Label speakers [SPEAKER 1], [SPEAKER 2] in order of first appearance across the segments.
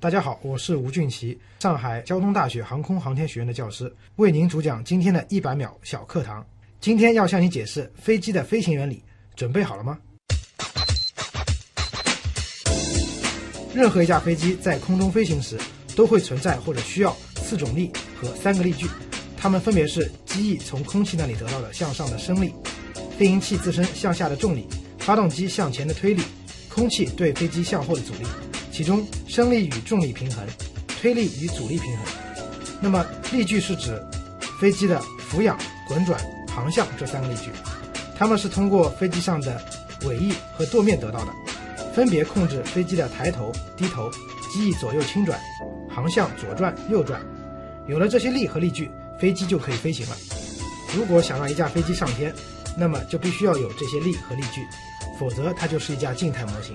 [SPEAKER 1] 大家好，我是吴俊奇，上海交通大学航空航天学院的教师，为您主讲今天的一百秒小课堂。今天要向你解释飞机的飞行原理，准备好了吗？任何一架飞机在空中飞行时，都会存在或者需要四种力和三个力矩，它们分别是机翼从空气那里得到的向上的升力，飞行器自身向下的重力，发动机向前的推力，空气对飞机向后的阻力。其中，升力与重力平衡，推力与阻力平衡。那么，力矩是指飞机的俯仰、滚转、航向这三个力矩，它们是通过飞机上的尾翼和舵面得到的。分别控制飞机的抬头、低头、机翼左右轻转、航向左转、右转。有了这些力和力矩，飞机就可以飞行了。如果想让一架飞机上天，那么就必须要有这些力和力矩，否则它就是一架静态模型。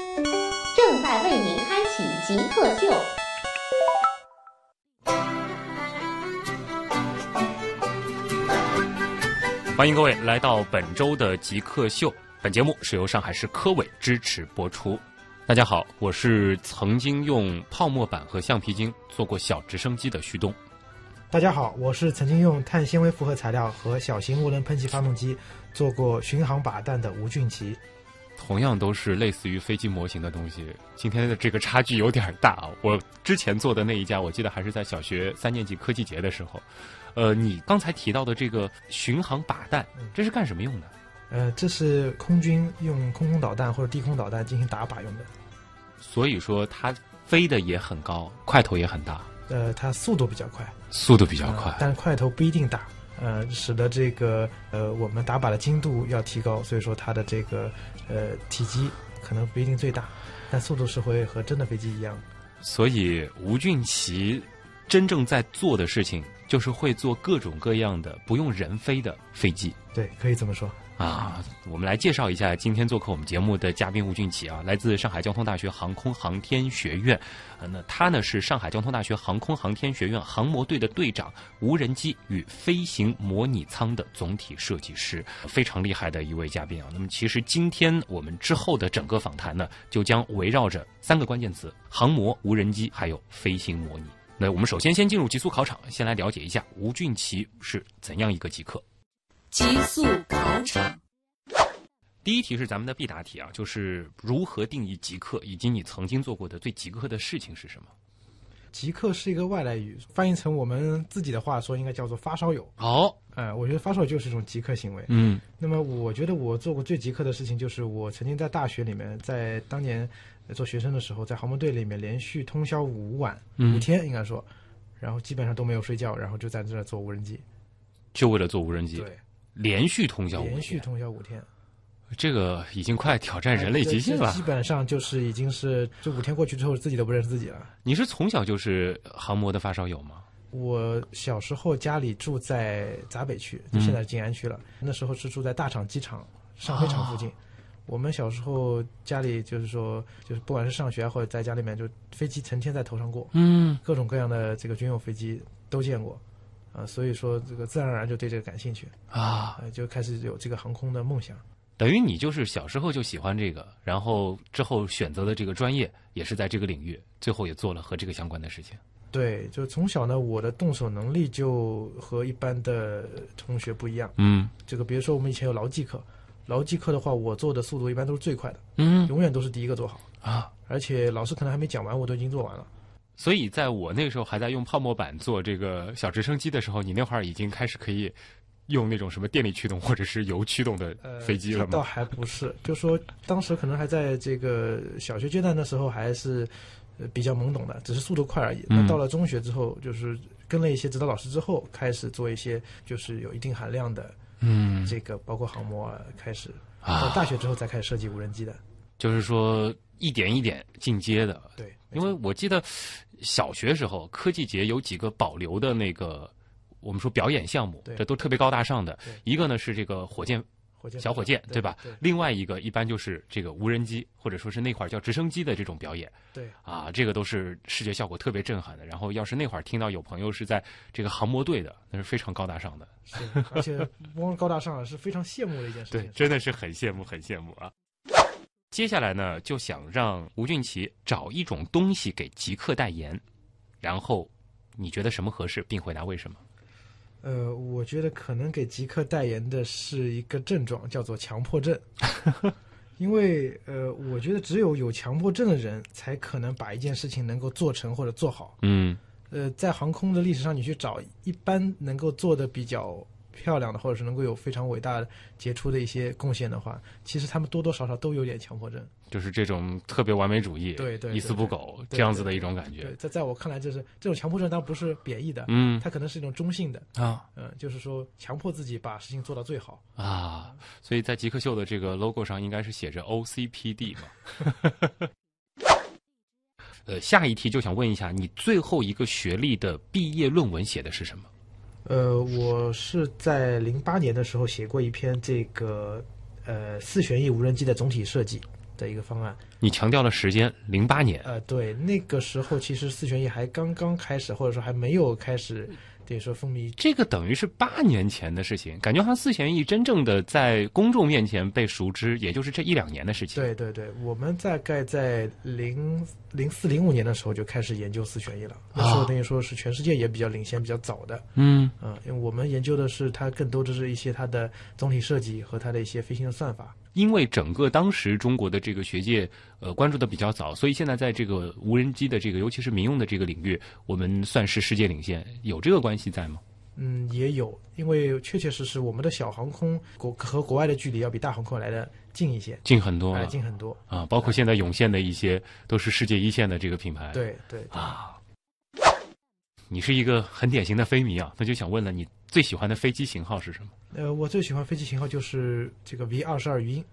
[SPEAKER 2] 正在为您开启极客秀。
[SPEAKER 3] 欢迎各位来到本周的极客秀。本节目是由上海市科委支持播出。大家好，我是曾经用泡沫板和橡皮筋做过小直升机的旭东。
[SPEAKER 1] 大家好，我是曾经用碳纤维复合材料和小型无人喷气发动机做过巡航靶弹的吴俊奇。
[SPEAKER 3] 同样都是类似于飞机模型的东西，今天的这个差距有点大啊！我之前做的那一家，我记得还是在小学三年级科技节的时候。呃，你刚才提到的这个巡航靶弹，这是干什么用的？
[SPEAKER 1] 呃，这是空军用空空导弹或者低空导弹进行打靶用的。
[SPEAKER 3] 所以说它飞得也很高，块头也很大，
[SPEAKER 1] 呃，它速度比较快，
[SPEAKER 3] 速度比较
[SPEAKER 1] 呃
[SPEAKER 3] 快。
[SPEAKER 1] 但块头不一定大。呃，使得这个呃我们打靶的精度要提高，所以说它的这个呃体积可能不一定最大，但速度是会和真的飞机一样的。
[SPEAKER 3] 所以吴俊奇真正在做的事情，就是会做各种各样的不用人飞的飞机。
[SPEAKER 1] 对，可以这么说。
[SPEAKER 3] 啊，我们来介绍一下今天做客我们节目的嘉宾吴俊奇啊，来自上海交通大学航空航天学院，啊，那他呢是上海交通大学航空航天学院航模队的队长，无人机与飞行模拟舱的总体设计师，非常厉害的一位嘉宾啊。那么其实今天我们之后的整个访谈呢，就将围绕着三个关键词：航模、无人机，还有飞行模拟。那我们首先先进入极速考场，先来了解一下吴俊奇是怎样一个极客。
[SPEAKER 4] 极速考场，
[SPEAKER 3] 第一题是咱们的必答题啊，就是如何定义极客，以及你曾经做过的最极客的事情是什么？
[SPEAKER 1] 极客是一个外来语，翻译成我们自己的话说，应该叫做发烧友。
[SPEAKER 3] 哦，
[SPEAKER 1] 呃，我觉得发烧就是一种极客行为。
[SPEAKER 3] 嗯，
[SPEAKER 1] 那么，我觉得我做过最极客的事情，就是我曾经在大学里面，在当年呃做学生的时候，在航模队里面连续通宵五晚、
[SPEAKER 3] 嗯
[SPEAKER 1] 五天，应该说，然后基本上都没有睡觉，然后就在这儿做无人机，
[SPEAKER 3] 就为了做无人机，
[SPEAKER 1] 对，
[SPEAKER 3] 连续通宵无人
[SPEAKER 1] 连
[SPEAKER 3] 机啊
[SPEAKER 1] 续，通宵五天，
[SPEAKER 3] 这个已经快挑战人类极限
[SPEAKER 1] 这
[SPEAKER 3] 了
[SPEAKER 1] 基。本上就是已经是这五天过去之后，自己都不认识自己了。
[SPEAKER 3] 你是从小就是航模的发烧友吗？
[SPEAKER 1] 我小时候家里住在闸北区，就现在是静安区了。那时候是住在大厂机场上飞场附近。我们小时候家里就是说，就是不管是上学啊或者在家里面，就飞机成天在头上过，
[SPEAKER 3] 嗯，
[SPEAKER 1] 各种各样的这个军用飞机都见过，啊、所以说这个自然而然就对这个感兴趣，
[SPEAKER 3] 啊，
[SPEAKER 1] 啊、就开始有这个航空的梦想。
[SPEAKER 3] 等于你就是小时候就喜欢这个，然后之后选择的这个专业也是在这个领域，最后也做了和这个相关的事情。
[SPEAKER 1] 对，就从小呢，我的动手能力就和一般的同学不一样。
[SPEAKER 3] 嗯
[SPEAKER 1] 这个比如说我们以前有劳技课，劳技课的话，我做的速度一般都是最快的。
[SPEAKER 3] 嗯
[SPEAKER 1] 永远都是第一个做好，
[SPEAKER 3] 啊，
[SPEAKER 1] 而且老师可能还没讲完，我都已经做完了。
[SPEAKER 3] 所以，在我那时候还在用泡沫板做这个小直升机的时候，你那会儿已经开始可以用那种什么电力驱动或者是油驱动的飞机
[SPEAKER 1] 这
[SPEAKER 3] 了
[SPEAKER 1] 呃倒
[SPEAKER 3] 吗？
[SPEAKER 1] 还不是， 就说当时可能还在这个小学阶段的时候还是呃比较懵懂的，只是速度快而已。
[SPEAKER 3] 嗯
[SPEAKER 1] 那到了中学之后，就是跟了一些指导老师之后，开始做一些就是有一定含量的
[SPEAKER 3] 嗯，
[SPEAKER 1] 这个包括航模啊开始，
[SPEAKER 3] 啊
[SPEAKER 1] 到大学之后才开始设计无人机的。
[SPEAKER 3] 就是说一点一点进阶的，
[SPEAKER 1] 对，
[SPEAKER 3] 因为我记得小学时候科技节有几个保留的那个，我们说表演项目
[SPEAKER 1] 对，
[SPEAKER 3] 这都特别高大上的
[SPEAKER 1] 对。
[SPEAKER 3] 一个呢是这个火箭
[SPEAKER 1] 火箭
[SPEAKER 3] 小火箭，
[SPEAKER 1] 对
[SPEAKER 3] 吧？
[SPEAKER 1] 对
[SPEAKER 3] 另外一个一般就是这个无人机，或者说是那会儿叫直升机的这种表演
[SPEAKER 1] 对，
[SPEAKER 3] 啊，这个都是视觉效果特别震撼的。然后要是那会儿听到有朋友是在这个航模队的，那是非常高大上的。
[SPEAKER 1] 是，而且不光是高大上了，啊是非常羡慕的一件事
[SPEAKER 3] 对
[SPEAKER 1] 情。，
[SPEAKER 3] 真的是很羡慕，很羡慕啊。接下来呢，就想让吴俊奇找一种东西给极客代言，然后你觉得什么合适，并回答为什么。
[SPEAKER 1] 呃，我觉得可能给极客代言的是一个症状，叫做强迫症。因为呃，我觉得只有有强迫症的人，才可能把一件事情能够做成或者做好。
[SPEAKER 3] 嗯
[SPEAKER 1] 呃，在航空的历史上，你去找一般能够做的比较漂亮的，或者是能够有非常伟大杰出的一些贡献的话，其实他们多多少少都有点强迫症。
[SPEAKER 3] 就是这种特别完美主义，
[SPEAKER 1] 对对对
[SPEAKER 3] 一丝不苟
[SPEAKER 1] 对
[SPEAKER 3] 这样子的一种感
[SPEAKER 1] 对
[SPEAKER 3] 觉，。
[SPEAKER 1] 在在我看来，这是这种强迫症，当然不是贬义的，
[SPEAKER 3] 嗯
[SPEAKER 1] 它可能是一种中性的，
[SPEAKER 3] 啊
[SPEAKER 1] 嗯、就是说强迫自己把事情做到最好。
[SPEAKER 3] 啊，所以在极客秀的这个 logo 上应该是写着 OCPD 嘛。 呃，下一题就想问一下，你最后一个学历的毕业论文写的是什么？
[SPEAKER 1] 呃，我是在零八年的时候写过一篇这个呃四旋翼无人机的总体设计的一个方案。
[SPEAKER 3] 你强调了时间，零八年。
[SPEAKER 1] 呃，对，那个时候其实四旋翼还刚刚开始，或者说还没有开始，等于说风靡。
[SPEAKER 3] 这个等于是八年前的事情，感觉好像四弦翼真正的在公众面前被熟知，也就是这一两年的事情。
[SPEAKER 1] 对对对，我们大概在零零四零五年的时候就开始研究四旋翼了，那时候
[SPEAKER 3] 啊
[SPEAKER 1] 等于说是全世界也比较领先、比较早的。
[SPEAKER 3] 嗯
[SPEAKER 1] 嗯，因为我们研究的是它更多的是一些它的总体设计和它的一些飞行的算法。
[SPEAKER 3] 因为整个当时中国的这个学界，呃，关注的比较早，所以现在在这个无人机的这个，尤其是民用的这个领域，我们算是世界领先，有这个关系在吗？
[SPEAKER 1] 嗯，也有，因为确确实实我们的小航空国和国外的距离要比大航空来的近一些，
[SPEAKER 3] 近很多
[SPEAKER 1] 哎、
[SPEAKER 3] 了
[SPEAKER 1] 近很多。
[SPEAKER 3] 啊，包括现在涌现的一些都是世界一线的这个品牌。
[SPEAKER 1] 对对，
[SPEAKER 3] 啊，你是一个很典型的飞迷啊，那就想问了，你最喜欢的飞机型号是什么？
[SPEAKER 1] 呃，我最喜欢飞机型号就是这个 V 二十二鱼鹰。
[SPEAKER 3] 嗯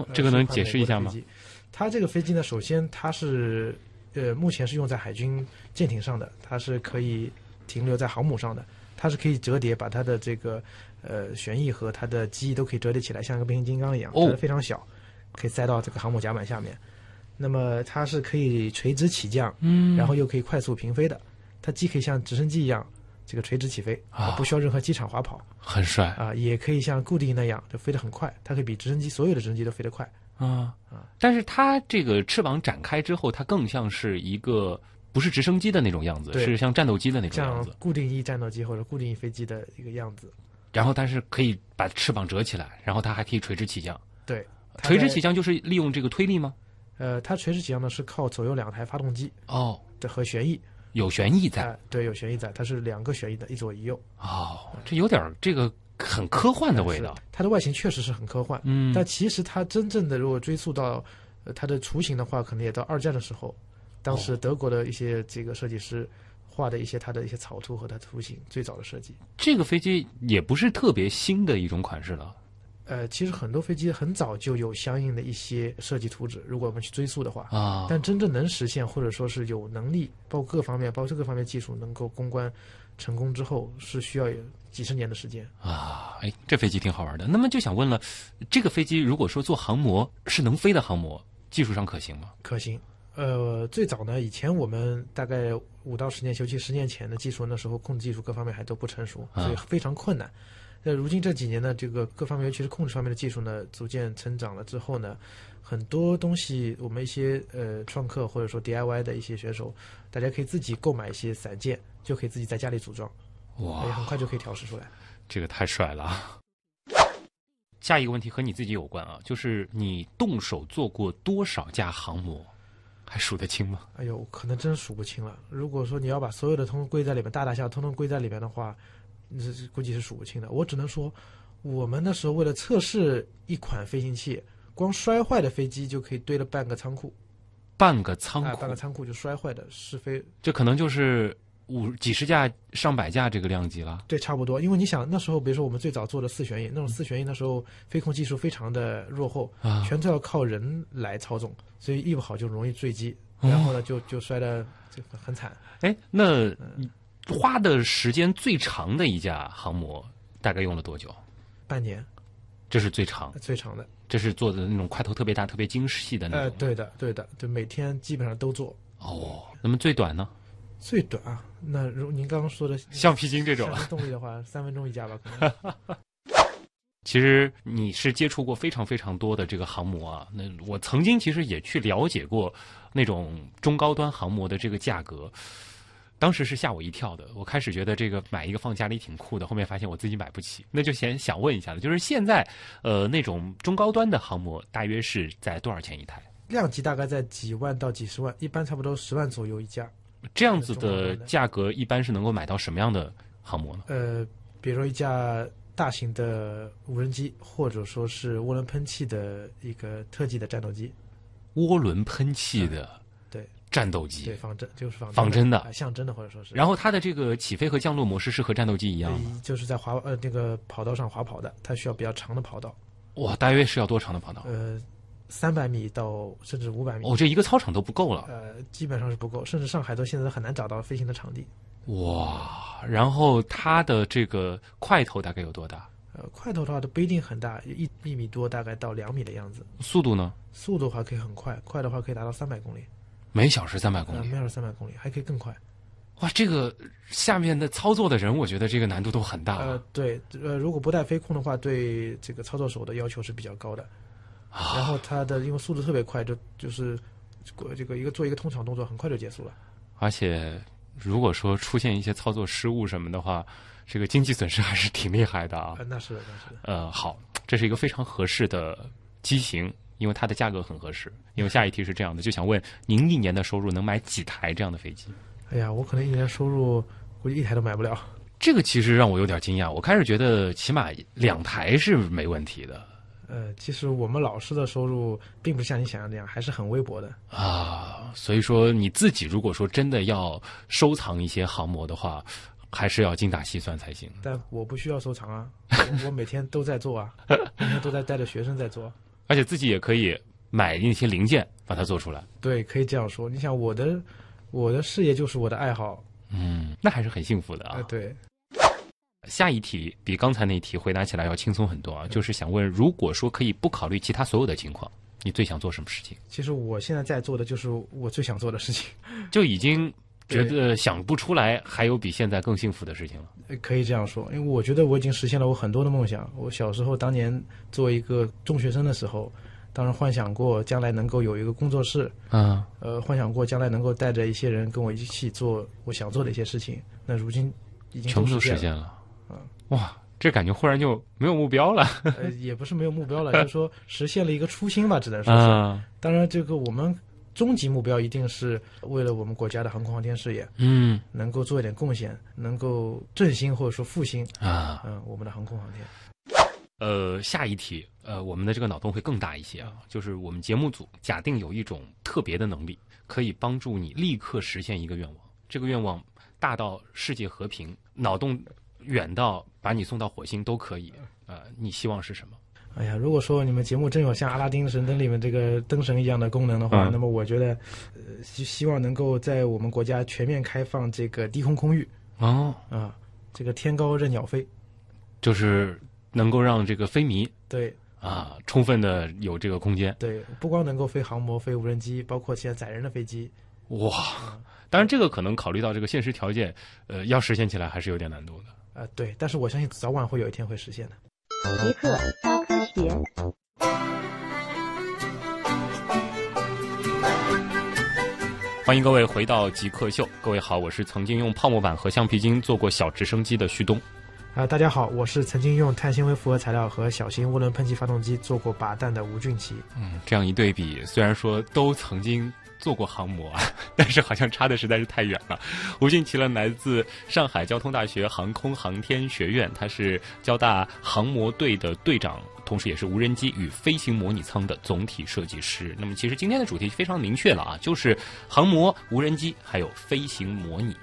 [SPEAKER 1] 呃，
[SPEAKER 3] 这个能解释一下？吗
[SPEAKER 1] 是一款美国的飞？机它这个飞机呢，首先它是呃，目前是用在海军舰艇上的，它是可以停留在航母上的，它是可以折叠，把它的这个呃旋翼和它的机翼都可以折叠起来，像一个变形金刚一样，
[SPEAKER 3] 哦
[SPEAKER 1] 它非常小，可以塞到这个航母甲板下面。那么它是可以垂直起降，
[SPEAKER 3] 嗯
[SPEAKER 1] 然后又可以快速平飞的，它既可以像直升机一样这个垂直起飞，
[SPEAKER 3] 啊
[SPEAKER 1] 不需要任何机场滑跑
[SPEAKER 3] 很帅
[SPEAKER 1] 啊、也可以像固定那样就飞得很快，它可以比直升机所有的直升机都飞得快。
[SPEAKER 3] 啊！但是它这个翅膀展开之后，它更像是一个不是直升机的那种样子，
[SPEAKER 1] 对
[SPEAKER 3] 是像战斗机的那种样
[SPEAKER 1] 像
[SPEAKER 3] 子。
[SPEAKER 1] 固定翼战斗机或者固定翼飞机的一个样子。
[SPEAKER 3] 然后它是可以把翅膀折起来，然后它还可以垂直起降。
[SPEAKER 1] 对，它
[SPEAKER 3] 垂直
[SPEAKER 1] 在
[SPEAKER 3] 起降就是利用这个推力吗？
[SPEAKER 1] 呃，它垂直起降呢是靠左右两台发动机
[SPEAKER 3] 哦，
[SPEAKER 1] 的和旋翼
[SPEAKER 3] 有旋翼在
[SPEAKER 1] 啊、对，有旋翼在，它是两个旋翼的，一左一右
[SPEAKER 3] 哦，这有点儿这个很科幻的味道
[SPEAKER 1] 是。它的外形确实是很科幻，
[SPEAKER 3] 嗯
[SPEAKER 1] 但其实它真正的如果追溯到、呃、它的雏形的话，可能也到二战的时候，当
[SPEAKER 3] 哦
[SPEAKER 1] 时德国的一些这个设计师。画的一些它的一些草图和它图形最早的设计，
[SPEAKER 3] 这个飞机也不是特别新的一种款式了。
[SPEAKER 1] 呃，其实很多飞机很早就有相应的一些设计图纸，如果我们去追溯的话，
[SPEAKER 3] 啊，
[SPEAKER 1] 但真正能实现，或者说是有能力，包括各方面，包括这个方面技术能够攻关成功之后，是需要有几十年的时间。
[SPEAKER 3] 啊，哎，这飞机挺好玩的。那么就想问了，这个飞机如果说做航模是能飞的航模，技术上可行吗？
[SPEAKER 1] 可行。呃，最早呢，以前我们大概五到十年，尤其十年前的技术，那时候控制技术各方面还都不成熟，
[SPEAKER 3] 啊
[SPEAKER 1] 所以非常困难。那如今这几年呢，这个各方面，尤其是控制方面的技术呢，逐渐成长了之后呢，很多东西我们一些呃创客或者说 DIY 的一些选手，大家可以自己购买一些散件，就可以自己在家里组装，也很
[SPEAKER 3] 哇，
[SPEAKER 1] 快就可以调试出来。
[SPEAKER 3] 这个太帅了啊！下一个问题和你自己有关啊，就是你动手做过多少架航模，还数得清吗？
[SPEAKER 1] 哎呦，可能真数不清了。如果说你要把所有的通通归在里面，大大小小通通归在里面的话，你这估计是数不清的。我只能说，我们那时候为了测试一款飞行器，光摔坏的飞机就可以堆了半个仓库，
[SPEAKER 3] 半个仓
[SPEAKER 1] 啊、
[SPEAKER 3] 库，
[SPEAKER 1] 半个仓库就摔坏的试飞，
[SPEAKER 3] 这可能就是五几十架、上百架这个量级了。
[SPEAKER 1] 对，差不多。因为你想，那时候比如说我们最早做的四旋翼，那种四旋翼那时候飞控技术非常的落后，
[SPEAKER 3] 啊
[SPEAKER 1] 全都要靠人来操纵，所以一不好就容易坠机，
[SPEAKER 3] 哦
[SPEAKER 1] 然后呢就就摔得就很惨。
[SPEAKER 3] 哎，那花的时间最长的一架航模大概用了多久？
[SPEAKER 1] 半年
[SPEAKER 3] 这是最长，
[SPEAKER 1] 最长的，
[SPEAKER 3] 这是做的那种块头特别大、特别精细的那种。
[SPEAKER 1] 呃，对的，对的，对，每天基本上都做。
[SPEAKER 3] 哦，那么最短呢？
[SPEAKER 1] 最短啊，那如您刚刚说的
[SPEAKER 3] 橡皮筋这种啊
[SPEAKER 1] 上。升动力的 话，三分钟一架吧，可能。
[SPEAKER 3] 其实你是接触过非常非常多的这个航模啊。那我曾经其实也去了解过那种中高端航模的这个价格，当时是吓我一跳的。我开始觉得这个买一个放家里挺酷的，后面发现我自己买不起，那就先想问一下了，就是现在呃那种中高端的航模大约是在多少钱一台？
[SPEAKER 1] 量级大概在几万到几十万，一般差不多十万左右一架。
[SPEAKER 3] 这样子
[SPEAKER 1] 中高
[SPEAKER 3] 的
[SPEAKER 1] 端的
[SPEAKER 3] 价格一般是能够买到什么样的航模呢？
[SPEAKER 1] 呃，比如说一架大型的无人机，或者说是涡轮喷气的一个特技的战斗机，
[SPEAKER 3] 涡轮喷气的
[SPEAKER 1] 对
[SPEAKER 3] 战斗机
[SPEAKER 1] 对，，仿真就是仿
[SPEAKER 3] 仿真的
[SPEAKER 1] 啊象征的，或者说是，
[SPEAKER 3] 然后它的这个起飞和降落模式是和战斗机一样啊吗？
[SPEAKER 1] 呃就是在滑呃那个跑道上滑跑的，它需要比较长的跑道，
[SPEAKER 3] 哇，大约是要多长的跑道？
[SPEAKER 1] 呃，三百米到甚至五百米。
[SPEAKER 3] 哦，这一个操场都不够了，
[SPEAKER 1] 呃，基本上是不够，甚至上海都现在都很难找到飞行的场地。
[SPEAKER 3] 哇！然后它的这个块头大概有多大？
[SPEAKER 1] 呃，块头的话都不一定很大，一一米多大概到两米的样子。
[SPEAKER 3] 速度呢？
[SPEAKER 1] 速度的话可以很快，快的话可以达到三百公里，
[SPEAKER 3] 每小时三百公
[SPEAKER 1] 呃，
[SPEAKER 3] 里
[SPEAKER 1] 每。小时三百公里，还可以更快。
[SPEAKER 3] 哇，这个下面的操作的人，我觉得这个难度都很大啊
[SPEAKER 1] 呃，对，呃，如果不带飞控的话，对这个操作手的要求是比较高的。
[SPEAKER 3] 啊
[SPEAKER 1] 然后它的因为速度特别快，就就是过这个一个做一个通常动作，很快就结束了。
[SPEAKER 3] 而且如果说出现一些操作失误什么的话，这个经济损失还是挺厉害的啊
[SPEAKER 1] 呃，。那是的，那是的。
[SPEAKER 3] 呃，好，这是一个非常合适的机型，因为它的价格很合适。因为下一题是这样的，就想问您一年的收入能买几台这样的飞机？
[SPEAKER 1] 哎呀，我可能一年收入估计一台都买不了。
[SPEAKER 3] 这个其实让我有点惊讶，我开始觉得起码两台是没问题的
[SPEAKER 1] 呃，其实我们老师的收入并不像你想象那样，还是很微薄的。
[SPEAKER 3] 啊。所以说你自己如果说真的要收藏一些航模的话，还是要精打细算才行。
[SPEAKER 1] 但我不需要收藏啊，我我每天都在做 啊，每天都在带着学生在做。
[SPEAKER 3] 而且自己也可以买一些零件把它做出来。
[SPEAKER 1] 对，可以这样说。你想，我的我的事业就是我的爱好
[SPEAKER 3] 嗯，那还是很幸福的
[SPEAKER 1] 啊、
[SPEAKER 3] 啊。
[SPEAKER 1] 呃对，
[SPEAKER 3] 下一题比刚才那题回答起来要轻松很多啊，就是想问，如果说可以不考虑其他所有的情况，你最想做什么事情？
[SPEAKER 1] 其实我现在在做的就是我最想做的事情，
[SPEAKER 3] 就已经觉
[SPEAKER 1] 对
[SPEAKER 3] 得想不出来还有比现在更幸福的事情了。
[SPEAKER 1] 呃可以这样说。因为我觉得我已经实现了我很多的梦想。我小时候当年做一个中学生的时候，当然幻想过将来能够有一个工作室，
[SPEAKER 3] 嗯，
[SPEAKER 1] 呃，幻想过将来能够带着一些人跟我一起做我想做的一些事情。那如今已经
[SPEAKER 3] 全部都
[SPEAKER 1] 现
[SPEAKER 3] 实
[SPEAKER 1] 了
[SPEAKER 3] 现了
[SPEAKER 1] 嗯。
[SPEAKER 3] 哇，这感觉忽然就没有目标了。
[SPEAKER 1] 呃，也不是没有目标了，就是说实现了一个初心吧，只能说是。
[SPEAKER 3] 啊，
[SPEAKER 1] 当然，这个我们终极目标一定是为了我们国家的航空航天事业
[SPEAKER 3] 嗯
[SPEAKER 1] 能够做一点贡献，能够振兴或者说复兴，
[SPEAKER 3] 啊，
[SPEAKER 1] 嗯、我们的航空航天。
[SPEAKER 3] 呃，下一题，呃，我们的这个脑洞会更大一些啊，就是我们节目组假定有一种特别的能力，可以帮助你立刻实现一个愿望，这个愿望大到世界和平，脑洞远到把你送到火星都可以。呃，你希望是什么？
[SPEAKER 1] 哎呀，如果说你们节目真有像阿拉丁神灯里面这个灯神一样的功能的话，
[SPEAKER 3] 嗯
[SPEAKER 1] 那么我觉得，呃，希希望能够在我们国家全面开放这个低空空域
[SPEAKER 3] 哦，
[SPEAKER 1] 啊、这个天高任鸟飞。
[SPEAKER 3] 就是能够让这个飞迷
[SPEAKER 1] 对
[SPEAKER 3] 啊，充分的有这个空间。
[SPEAKER 1] 对，不光能够飞航模、飞无人机，包括现在载人的飞机，
[SPEAKER 3] 哇，当然这个可能考虑到这个现实条件，呃，要实现起来还是有点难度的。
[SPEAKER 1] 呃，对，但是我相信早晚会有一天会实现的。
[SPEAKER 2] 极客高科学。
[SPEAKER 3] 欢迎各位回到极客秀，各位好，我是曾经用泡沫板和橡皮筋做过小直升机的旭东。
[SPEAKER 1] 啊、大家好，我是曾经用碳纤维复合材料和小型涡轮喷气发动机做过靶弹的吴俊奇。
[SPEAKER 3] 嗯，这样一对比，虽然说都曾经做过航模啊， 但是好像差的实在是太远了。吴俊奇呢，来自上海交通大学航空航天学院，他是交大航模队的队长。同时，也是无人机与飞行模拟舱的总体设计师。那么，其实今天的主题非常明确了啊，就是航模、无人机还有飞行模拟。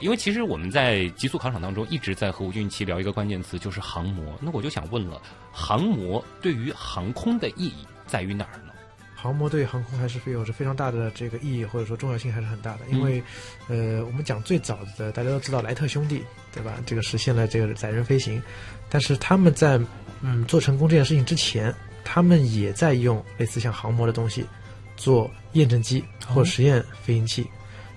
[SPEAKER 3] 因为其实我们在极速考场当中一直在和吴俊奇聊一个关键词，就是航模。那我就想问了，航模对于航空的意义在于哪儿呢？
[SPEAKER 1] 航模对航空还是非有着非常大的这个意义，或者说重要性还是很大的。因为，呃，我们讲最早的，大家都知道莱特兄弟，对吧？这个实现了这个载人飞行，但是他们在嗯做成功这件事情之前，他们也在用类似像航模的东西做验证机或实验飞行器。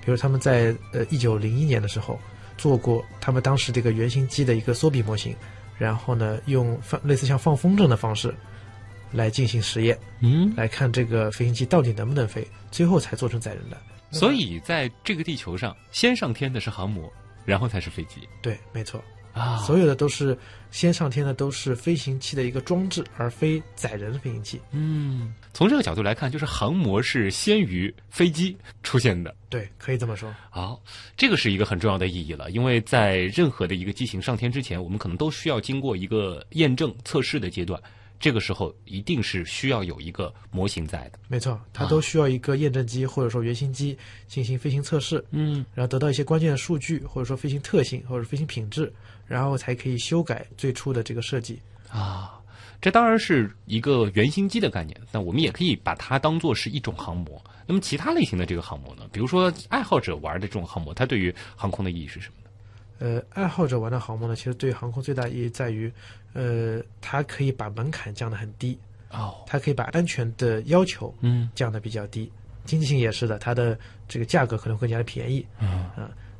[SPEAKER 1] 比如他们在呃一九零一年的时候做过他们当时这个原型机的一个缩比模型，然后呢用放类似像放风筝的方式来进行实验。
[SPEAKER 3] 嗯，
[SPEAKER 1] 来看这个飞行器到底能不能飞，最后才做成载人的。
[SPEAKER 3] 所以在这个地球上，先上天的是航模，然后才是飞机
[SPEAKER 1] 对，没错，
[SPEAKER 3] 啊
[SPEAKER 1] 所有的都是先上天的都是飞行器的一个装置，而非载人飞行器。
[SPEAKER 3] 嗯，从这个角度来看，就是航模是先于飞机出现的。
[SPEAKER 1] 对，可以这么说。
[SPEAKER 3] 好，这个是一个很重要的意义了，因为在任何的一个机型上天之前，我们可能都需要经过一个验证测试的阶段，这个时候一定是需要有一个模型在的。
[SPEAKER 1] 没错，它
[SPEAKER 3] 啊
[SPEAKER 1] 都需要一个验证机或者说原型机进行飞行测试，
[SPEAKER 3] 嗯，
[SPEAKER 1] 然后得到一些关键的数据，或者说飞行特性或者飞行品质，然后才可以修改最初的这个设计。
[SPEAKER 3] 啊，这当然是一个原型机的概念，那我们也可以把它当做是一种航模。那么其他类型的这个航模呢？比如说爱好者玩的这种航模，它对于航空的意义是什么呢？
[SPEAKER 1] 呃，爱好者玩的航模呢，其实对航空最大意义在于，呃，它可以把门槛降得很低，
[SPEAKER 3] 哦，
[SPEAKER 1] 它可以把安全的要求
[SPEAKER 3] 嗯
[SPEAKER 1] 降的比较低，经济性也是的，它的这个价格可能更加的便宜，
[SPEAKER 3] 嗯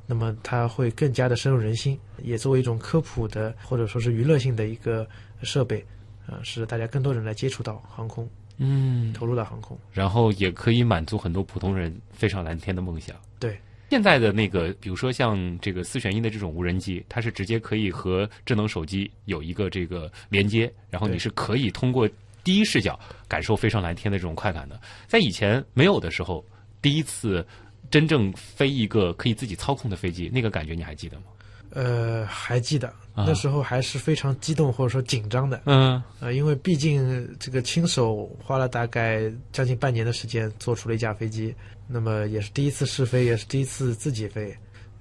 [SPEAKER 1] 那么它会更加的深入人心，也作为一种科普的或者说是娱乐性的一个设备，啊、使大家更多人来接触到航空，
[SPEAKER 3] 嗯，
[SPEAKER 1] 投入到航空。
[SPEAKER 3] 然后也可以满足很多普通人飞上蓝天的梦想。
[SPEAKER 1] 对，
[SPEAKER 3] 现在的那个，比如说像这个四选一的这种无人机，它是直接可以和智能手机有一个这个连接，然后你
[SPEAKER 1] 对
[SPEAKER 3] 是可以通过第一视角感受飞上蓝天的这种快感的。在以前没有的时候，第一次真正飞一个可以自己操控的飞机，那个感觉你还记得吗？
[SPEAKER 1] 呃，还记得
[SPEAKER 3] 啊
[SPEAKER 1] 那时候还是非常激动或者说紧张的，
[SPEAKER 3] 嗯，
[SPEAKER 1] 啊，因为毕竟这个亲手花了大概将近半年的时间做出了一架飞机，那么也是第一次试飞，也是第一次自己飞。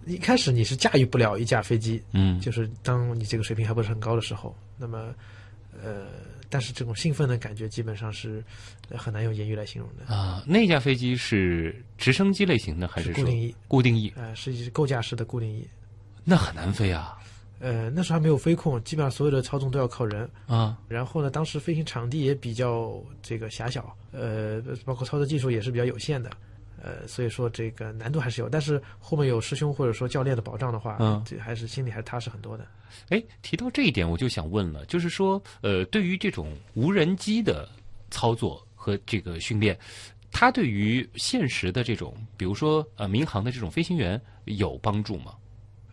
[SPEAKER 1] 一开始你是驾驭不了一架飞机，
[SPEAKER 3] 嗯，
[SPEAKER 1] 就是当你这个水平还不是很高的时候，那么，呃，但是这种兴奋的感觉基本上是呃很难用言语来形容的。
[SPEAKER 3] 啊，那架飞机是直升机类型的还
[SPEAKER 1] 是
[SPEAKER 3] 是
[SPEAKER 1] 固
[SPEAKER 3] 说
[SPEAKER 1] 定翼，
[SPEAKER 3] 固定翼？
[SPEAKER 1] 呃，是一只构架式的固定翼。
[SPEAKER 3] 那很难飞啊
[SPEAKER 1] 呃，那时候还没有飞控，基本上所有的操纵都要靠人。
[SPEAKER 3] 啊！
[SPEAKER 1] 然后呢，当时飞行场地也比较这个狭小，呃，包括操作技术也是比较有限的，呃，所以说这个难度还是有。但是后面有师兄或者说教练的保障的话，
[SPEAKER 3] 嗯
[SPEAKER 1] 这还是心里还是踏实很多的。
[SPEAKER 3] 哎，提到这一点，我就想问了，就是说，呃，对于这种无人机的操作和这个训练，它对于现实的这种，比如说呃，民航的这种飞行员有帮助吗？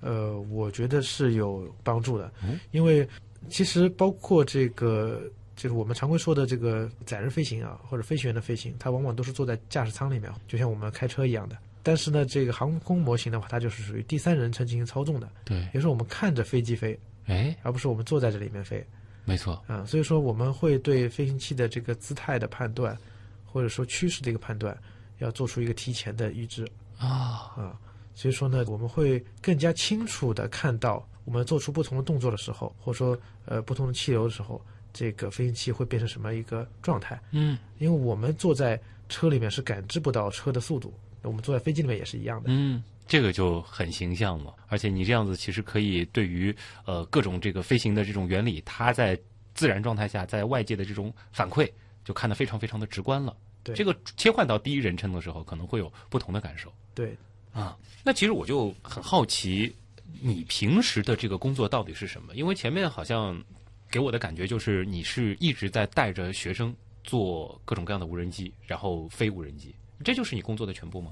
[SPEAKER 1] 呃，我觉得是有帮助的
[SPEAKER 3] 嗯，
[SPEAKER 1] 因为其实包括这个，就是我们常规说的这个载人飞行啊，或者飞行员的飞行，它往往都是坐在驾驶舱里面，啊就像我们开车一样的。但是呢，这个航空模型的话，它就是属于第三人称进行操纵的，
[SPEAKER 3] 对
[SPEAKER 1] 也，就是我们看着飞机飞，
[SPEAKER 3] 哎，
[SPEAKER 1] 而不是我们坐在这里面飞
[SPEAKER 3] 没错，
[SPEAKER 1] 啊。所以说，我们会对飞行器的这个姿态的判断，或者说趋势的一个判断，要做出一个提前的预知。
[SPEAKER 3] 啊，
[SPEAKER 1] 啊，所以说呢，我们会更加清楚的看到我们做出不同的动作的时候，或者说呃不同的气流的时候，这个飞行器会变成什么一个状态？
[SPEAKER 3] 嗯
[SPEAKER 1] 因为我们坐在车里面是感知不到车的速度，我们坐在飞机里面也是一样的。
[SPEAKER 3] 嗯。这个就很形象了，而且你这样子其实可以对于呃各种这个飞行的这种原理，它在自然状态下在外界的这种反馈就看得非常非常的直观了。
[SPEAKER 1] 对
[SPEAKER 3] 这个切换到第一人称的时候，可能会有不同的感受。
[SPEAKER 1] 对，
[SPEAKER 3] 啊，那其实我就很好奇，你平时的这个工作到底是什么？因为前面好像给我的感觉就是你是一直在带着学生做各种各样的无人机，然后飞无人机，这就是你工作的全部吗？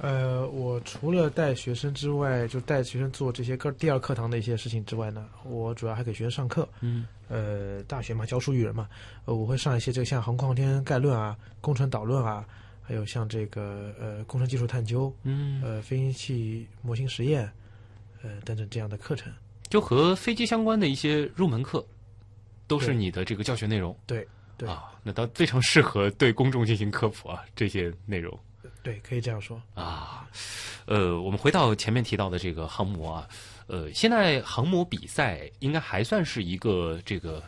[SPEAKER 1] 呃，我除了带学生之外，就带学生做这些课第二课堂的一些事情之外呢，我主要还给学生上课。
[SPEAKER 3] 嗯，
[SPEAKER 1] 呃，大学嘛，教书育人嘛，呃，我会上一些这个像航空航天概论啊、工程导论啊，还有像这个呃工程技术探究，
[SPEAKER 3] 嗯，
[SPEAKER 1] 呃飞行器模型实验，呃等等这样的课程。
[SPEAKER 3] 就和飞机相关的一些入门课，都是
[SPEAKER 1] 对
[SPEAKER 3] 你的这个教学内容。
[SPEAKER 1] 对对
[SPEAKER 3] 啊，那倒非常适合对公众进行科普啊，这些内容。
[SPEAKER 1] 对，可以这样说。
[SPEAKER 3] 啊，呃，我们回到前面提到的这个航模啊，呃，现在航模比赛应该还算是一个这个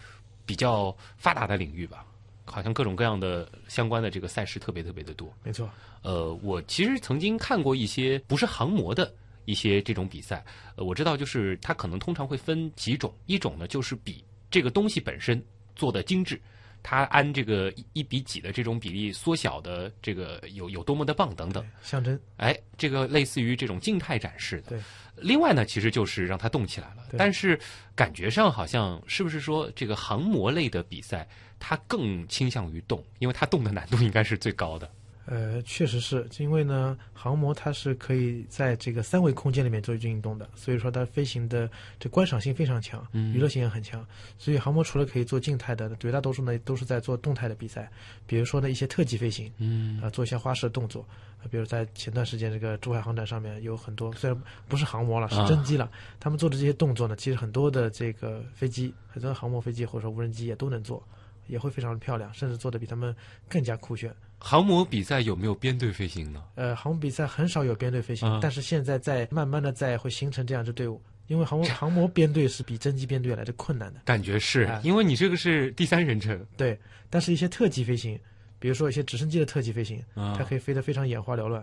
[SPEAKER 3] 比较发达的领域吧，好像各种各样的相关的这个赛事特别特别的多。
[SPEAKER 1] 没错，
[SPEAKER 3] 呃，我其实曾经看过一些不是航模的一些这种比赛，呃，我知道就是它可能通常会分几种，一种呢就是比这个东西本身做的精致。它按这个一一比几的这种比例缩小的这个有有多么的棒等等，
[SPEAKER 1] 象征
[SPEAKER 3] 哎，这个类似于这种静态展示的。
[SPEAKER 1] 对。
[SPEAKER 3] 另外呢，其实就是让它动起来了，
[SPEAKER 1] 对
[SPEAKER 3] 但是感觉上好像是不是说这个航模类的比赛，它更倾向于动，因为它动的难度应该是最高的。
[SPEAKER 1] 呃，确实是因为呢，航模它是可以在这个三维空间里面做运动的，所以说它飞行的这观赏性非常强，
[SPEAKER 3] 嗯
[SPEAKER 1] 娱乐性也很强。所以航模除了可以做静态的，绝大多数呢都是在做动态的比赛，比如说呢一些特技飞行，
[SPEAKER 3] 嗯
[SPEAKER 1] 啊、做一些花式动作。啊比如在前段时间这个珠海航展上面有很多，虽然不是航模了，是
[SPEAKER 3] 啊
[SPEAKER 1] 真机了，他们做的这些动作呢，其实很多的这个飞机，很多航模飞机或者说无人机也都能做，也会非常漂亮，甚至做的比他们更加酷炫。
[SPEAKER 3] 航模比赛有没有编队飞行呢？
[SPEAKER 1] 呃，航母比赛很少有编队飞行，
[SPEAKER 3] 嗯
[SPEAKER 1] 但是现在在慢慢的在会形成这样支队伍，因为航母航模编队是比真机编队来的困难的。
[SPEAKER 3] 感觉是、
[SPEAKER 1] 哎
[SPEAKER 3] 因为你这个是第三人称
[SPEAKER 1] 对，但是一些特技飞行，比如说一些直升机的特技飞行，
[SPEAKER 3] 啊
[SPEAKER 1] 嗯它可以飞得非常眼花缭乱。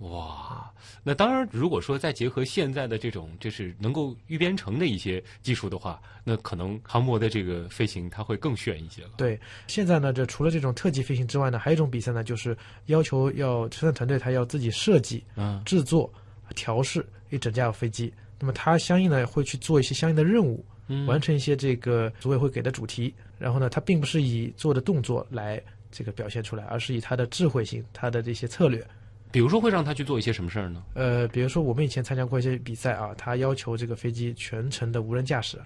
[SPEAKER 3] 哇，那当然，如果说再结合现在的这种就是能够预编程的一些技术的话，那可能航模的这个飞行它会更炫一些了。
[SPEAKER 1] 对，现在呢，这除了这种特技飞行之外呢，还有一种比赛呢，就是要求要生产团队它要自己设计、
[SPEAKER 3] 嗯，
[SPEAKER 1] 制作、调试一整架飞机，那么它相应呢会去做一些相应的任务，
[SPEAKER 3] 嗯
[SPEAKER 1] 完成一些这个组委会给的主题。然后呢，它并不是以做的动作来这个表现出来，而是以它的智慧性、它的这些策略。
[SPEAKER 3] 比如说会让他去做一些什么事儿呢？
[SPEAKER 1] 呃，比如说我们以前参加过一些比赛啊，它要求这个飞机全程的无人驾驶，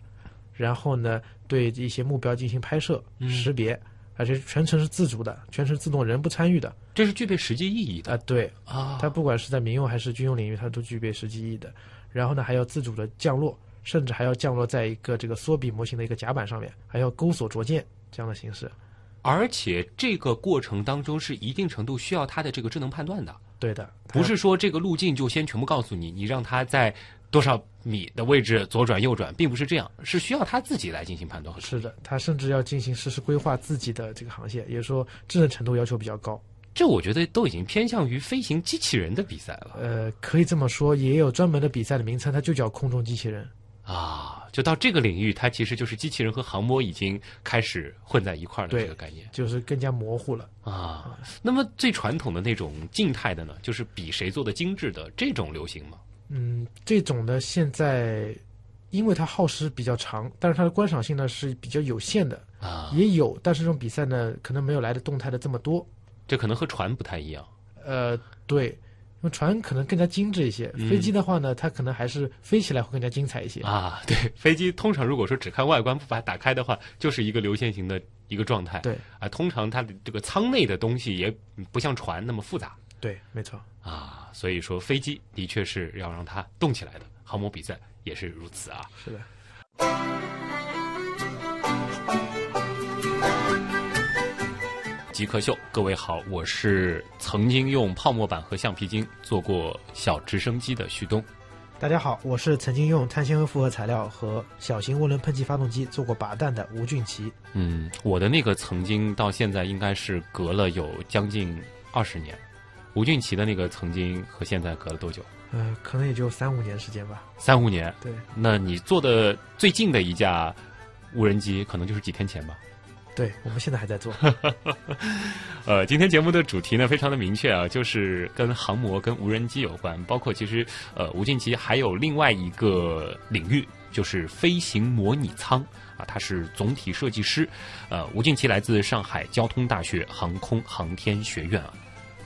[SPEAKER 1] 然后呢对一些目标进行拍摄、
[SPEAKER 3] 嗯
[SPEAKER 1] 识别，而且全程是自主的，全程自动，人不参与的。
[SPEAKER 3] 这是具备实际意义
[SPEAKER 1] 啊、
[SPEAKER 3] 的
[SPEAKER 1] 对，
[SPEAKER 3] 啊
[SPEAKER 1] 它不管是在民用还是军用领域，它都具备实际意义的。然后呢，还要自主的降落，甚至还要降落在一个这个缩比模型的一个甲板上面，还要钩索着舰这样的形式。
[SPEAKER 3] 而且这个过程当中是一定程度需要它的这个智能判断的，
[SPEAKER 1] 对的，它
[SPEAKER 3] 不是说这个路径就先全部告诉你，你让它在多少米的位置左转右转，并不是这样，是需要它自己来进行判断和处
[SPEAKER 1] 是
[SPEAKER 3] 理。
[SPEAKER 1] 的，它甚至要进行实时规划自己的这个航线，也就是说智能程度要求比较高。
[SPEAKER 3] 这我觉得都已经偏向于飞行机器人的比赛了
[SPEAKER 1] 呃，可以这么说，也有专门的比赛的名称，它就叫空中机器人。
[SPEAKER 3] 啊！就到这个领域，它其实就是机器人和航模已经开始混在一块儿的
[SPEAKER 1] 对
[SPEAKER 3] 这个概念
[SPEAKER 1] 就是更加模糊了。
[SPEAKER 3] 啊。那么最传统的那种静态的呢，就是比谁做的精致的这种流行吗？
[SPEAKER 1] 嗯，这种呢，现在因为它耗时比较长，但是它的观赏性呢是比较有限的，
[SPEAKER 3] 啊，
[SPEAKER 1] 也有，但是这种比赛呢，可能没有来的动态的这么多。
[SPEAKER 3] 这可能和船不太一样。
[SPEAKER 1] 呃，对，因为船可能更加精致一些，
[SPEAKER 3] 嗯
[SPEAKER 1] 飞机的话呢，它可能还是飞起来会更加精彩一些。
[SPEAKER 3] 啊， 对，飞机通常如果说只看外观不把它打开的话，就是一个流线型的一个状态。
[SPEAKER 1] 对
[SPEAKER 3] 啊，通常它的这个舱内的东西也不像船那么复杂
[SPEAKER 1] 对，没错。
[SPEAKER 3] 啊，所以说飞机的确是要让它动起来的，航母比赛也是如此啊。
[SPEAKER 1] 是的，
[SPEAKER 3] 极客秀，各位好，我是曾经用泡沫板和橡皮筋做过小直升机的旭东。
[SPEAKER 1] 大家好，我是曾经用碳纤维复合材料和小型涡轮喷气发动机做过靶弹的吴俊奇。
[SPEAKER 3] 嗯，我的那个曾经到现在应该是隔了有将近二十年。吴俊奇的那个曾经和现在隔了多久？
[SPEAKER 1] 呃，可能也就三五年时间吧。
[SPEAKER 3] 三五年。
[SPEAKER 1] 对，
[SPEAKER 3] 那你做的最近的一架无人机，可能就是几天前吧。
[SPEAKER 1] 对，我们现在还在做。
[SPEAKER 3] 呃，今天节目的主题呢，非常的明确啊，就是跟航模、跟无人机有关，包括其实呃，吴俊奇还有另外一个领域，就是飞行模拟舱啊，他是总体设计师。呃，吴俊奇来自上海交通大学航空航天学院啊。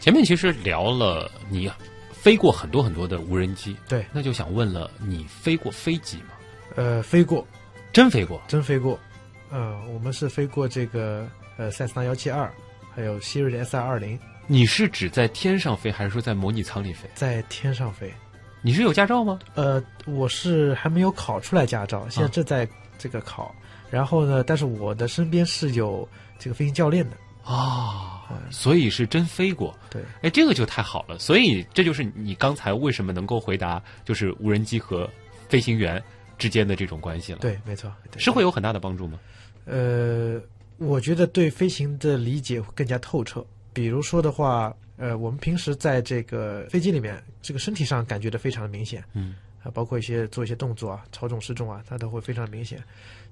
[SPEAKER 3] 前面其实聊了你飞过很多很多的无人机，
[SPEAKER 1] 对，
[SPEAKER 3] 那就想问了，你飞过飞机吗？
[SPEAKER 1] 呃，飞过，
[SPEAKER 3] 真飞过？
[SPEAKER 1] 真飞过。呃，我们是飞过这个呃塞斯纳幺七二，还有希瑞的 SR 二零，
[SPEAKER 3] 你是指在天上飞，还是说在模拟舱里飞？
[SPEAKER 1] 在天上飞。
[SPEAKER 3] 你是有驾照吗？
[SPEAKER 1] 呃，我是还没有考出来驾照，现在
[SPEAKER 3] 啊
[SPEAKER 1] 正在这个考。然后呢，但是我的身边是有这个飞行教练的，
[SPEAKER 3] 啊、所以是真飞过。
[SPEAKER 1] 对，
[SPEAKER 3] 哎，这个就太好了。所以这就是你刚才为什么能够回答，就是无人机和飞行员之间的这种关系了。，
[SPEAKER 1] 对，没错，对
[SPEAKER 3] 是会有很大的帮助吗？
[SPEAKER 1] 呃，我觉得对飞行的理解会更加透彻。比如说的话，呃，我们平时在这个飞机里面，这个身体上感觉的非常的明显，
[SPEAKER 3] 嗯，
[SPEAKER 1] 啊，包括一些做一些动作啊，超重失重啊，它都会非常明显。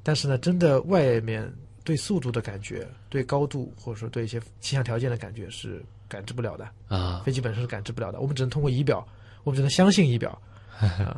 [SPEAKER 1] 但是呢，真的外面对速度的感觉、对高度或者说对一些气象条件的感觉是感知不了的，
[SPEAKER 3] 啊，
[SPEAKER 1] 飞机本身是感知不了的，我们只能通过仪表，我们只能相信仪 表啊。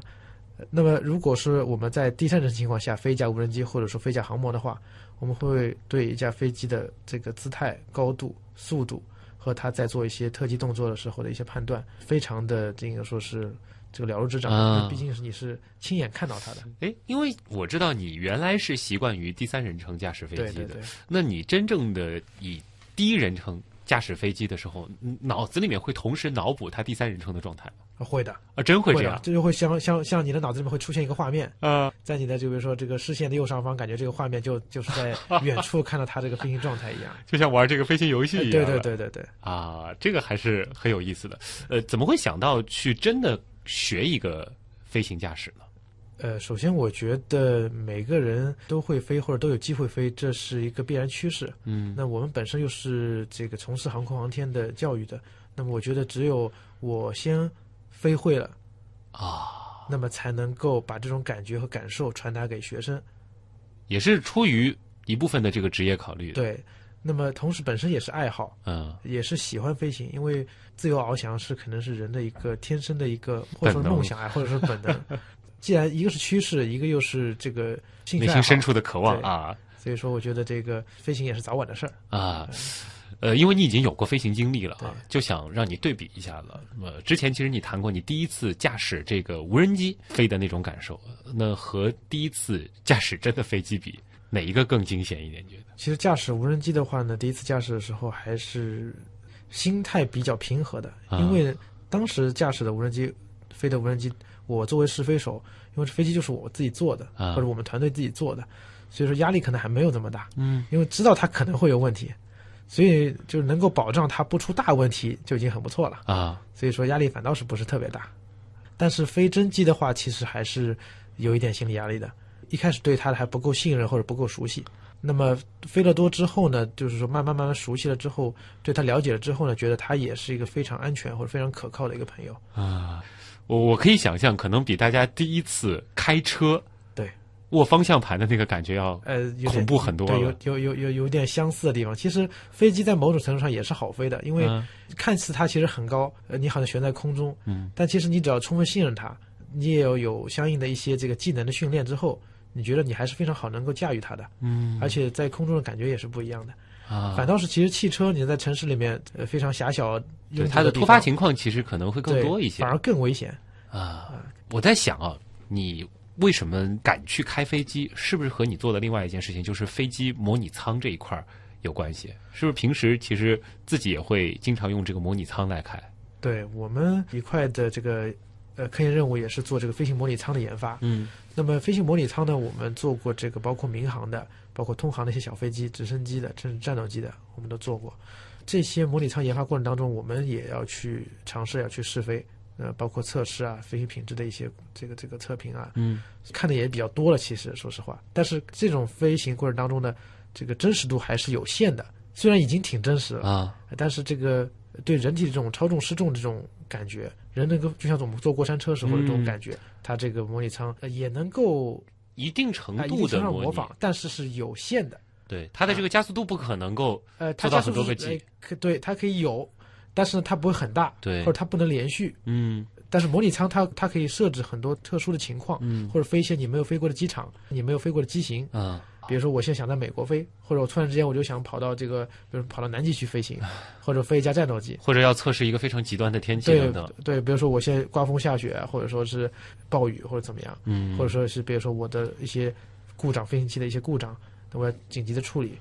[SPEAKER 1] 那么，如果是我们在第三人情况下飞一架无人机或者说飞一架航模的话，我们会对一架飞机的这个姿态、高度、速度和它在做一些特技动作的时候的一些判断，非常的这个说是这个了如指掌，
[SPEAKER 3] 啊
[SPEAKER 1] 因为毕竟是你是亲眼看到它的。
[SPEAKER 3] 哎，因为我知道你原来是习惯于第三人称驾驶飞机
[SPEAKER 1] 对
[SPEAKER 3] 的，
[SPEAKER 1] 对对，
[SPEAKER 3] 那你真正的以第一人称驾驶飞机的时候，嗯脑子里面会同时脑补它第三人称的状态吗
[SPEAKER 1] 会的，
[SPEAKER 3] 啊，真会
[SPEAKER 1] 会
[SPEAKER 3] 这
[SPEAKER 1] 的
[SPEAKER 3] 样，
[SPEAKER 1] 这就会像像像你的脑子里面会出现一个画面，
[SPEAKER 3] 啊
[SPEAKER 1] 在你的就比如说这个视线的右上方，感觉这个画面就就是 在远处看到它这个飞行状态一样。
[SPEAKER 3] 就像玩这个飞行游戏
[SPEAKER 1] 哎
[SPEAKER 3] 一样。
[SPEAKER 1] 对对对对对，
[SPEAKER 3] 啊，这个还是很有意思的。呃，怎么会想到去真的学一个飞行驾驶呢？
[SPEAKER 1] 呃，首先我觉得每个人都会飞或者都有机会飞，这是一个必然趋势。
[SPEAKER 3] 嗯
[SPEAKER 1] 那我们本身又是这个从事航空航天的教育的，那么我觉得只有我先飞会了，
[SPEAKER 3] 啊，
[SPEAKER 1] 那么才能够把这种感觉和感受传达给学生。
[SPEAKER 3] 也是出于一部分的这个职业考虑的。，
[SPEAKER 1] 对，那么同时本身也是爱好，
[SPEAKER 3] 嗯，
[SPEAKER 1] 也是喜欢飞行，因为自由翱翔是可能是人的一个天生的一个，或者说
[SPEAKER 3] 本能
[SPEAKER 1] 梦想啊，或者说本 能。既然一个是趋势，一个又是这个兴趣
[SPEAKER 3] 内
[SPEAKER 1] 爱好
[SPEAKER 3] 心，深处的渴望
[SPEAKER 1] 对
[SPEAKER 3] 啊
[SPEAKER 1] 所以说我觉得这个飞行也是早晚的事儿。
[SPEAKER 3] 啊。呃，因为你已经有过飞行经历了
[SPEAKER 1] 对，
[SPEAKER 3] 啊就想让你对比一下了。呃，之前其实你谈过你第一次驾驶这个无人机飞的那种感受，那和第一次驾驶真的飞机比，哪一个更惊险一点？你觉得？
[SPEAKER 1] 其实驾驶无人机的话呢，第一次驾驶的时候还是心态比较平和的，
[SPEAKER 3] 啊
[SPEAKER 1] 因为当时驾驶的无人机飞的无人机，我作为试飞手，因为这飞机就是我自己做的，
[SPEAKER 3] 啊
[SPEAKER 1] 或者我们团队自己做的，所以说压力可能还没有那么大。
[SPEAKER 3] 嗯，
[SPEAKER 1] 因为知道它可能会有问题，所以就是能够保障它不出大问题就已经很不错了。
[SPEAKER 3] 啊，
[SPEAKER 1] 所以说压力反倒是不是特别大。但是非真机的话，其实还是有一点心理压力的。一开始对它还不够信任或者不够熟悉，那么飞得多之后呢，就是说慢慢慢慢熟悉了之后，对它了解了之后呢，觉得它也是一个非常安全或者非常可靠的一个朋友。
[SPEAKER 3] 啊，我我可以想象，可能比大家第一次开车
[SPEAKER 1] 对，
[SPEAKER 3] 握方向盘的那个感觉要
[SPEAKER 1] 呃，有点
[SPEAKER 3] 恐怖很多
[SPEAKER 1] 对，
[SPEAKER 3] 了。
[SPEAKER 1] 有有有有有点相似的地方。其实飞机在某种程度上也是好飞的，因为
[SPEAKER 3] 嗯
[SPEAKER 1] 看似它其实很高，呃，你好像悬在空中，
[SPEAKER 3] 嗯，
[SPEAKER 1] 但其实你只要充分信任它，你也有有相应的一些这个技能的训练之后，你觉得你还是非常好能够驾驭它的，
[SPEAKER 3] 嗯，
[SPEAKER 1] 而且在空中的感觉也是不一样的。
[SPEAKER 3] 啊，
[SPEAKER 1] 反倒是其实汽车你在城市里面呃非常狭小，拥
[SPEAKER 3] 对
[SPEAKER 1] 堵
[SPEAKER 3] 它的
[SPEAKER 1] 地
[SPEAKER 3] 突发
[SPEAKER 1] 方
[SPEAKER 3] 情况其实可能会更
[SPEAKER 1] 对
[SPEAKER 3] 多一些
[SPEAKER 1] 反而更危险。
[SPEAKER 3] 啊。我在想啊，你为什么敢去开飞机？是不是和你做的另外一件事情，就是飞机模拟舱这一块儿有关系？是不是平时其实自己也会经常用这个模拟舱来开？
[SPEAKER 1] 对我们一块的这个呃科研任务也是做这个飞行模拟舱的研发，
[SPEAKER 3] 嗯
[SPEAKER 1] 那么飞行模拟舱呢，我们做过这个包括民航的、包括通航的一些小飞机、直升机的，甚至战斗机的，我们都做过。这些模拟舱研发过程当中，我们也要去尝试，要去试飞，呃，包括测试啊、飞行品质的一些这个这个测评啊，
[SPEAKER 3] 嗯
[SPEAKER 1] 看的也比较多了。其实说实话，但是这种飞行过程当中呢，这个真实度还是有限的。虽然已经挺真实了，
[SPEAKER 3] 啊
[SPEAKER 1] 但是这个对人体的这种超重失重这种感觉，人能够就像我们坐过山车时候的这种
[SPEAKER 3] 嗯
[SPEAKER 1] 感觉，它这个模拟舱呃也能够
[SPEAKER 3] 一定程
[SPEAKER 1] 啊，一
[SPEAKER 3] 度
[SPEAKER 1] 定程
[SPEAKER 3] 的
[SPEAKER 1] 度上模
[SPEAKER 3] 拟，
[SPEAKER 1] 仿，但是是有限的。
[SPEAKER 3] 对它的这个加速度不可能够
[SPEAKER 1] 呃，它
[SPEAKER 3] 做到
[SPEAKER 1] 加速
[SPEAKER 3] 很多个
[SPEAKER 1] 是
[SPEAKER 3] 技，
[SPEAKER 1] 呃可对，它可以有，但是呢，它不会很大，
[SPEAKER 3] 对
[SPEAKER 1] 或者它不能连续。
[SPEAKER 3] 嗯
[SPEAKER 1] 但是模拟舱它它可以设置很多特殊的情况，
[SPEAKER 3] 嗯
[SPEAKER 1] 或者飞一些你没有飞过的机场，你没有飞过的机型。
[SPEAKER 3] 啊。
[SPEAKER 1] 比如说，我现在想在美国飞，或者我突然之间我就想跑到这个，比如跑到南极去飞 行，或者飞一架战斗机。
[SPEAKER 3] 或者要测试一个非常极端的天气
[SPEAKER 1] 对
[SPEAKER 3] 等等。
[SPEAKER 1] 对，比如说我现在刮风下雪，或者说是暴雨，或者怎么样。
[SPEAKER 3] 嗯，
[SPEAKER 1] 或者说是比如说我的一些故障，飞行器的一些故障，那我要紧急的处理，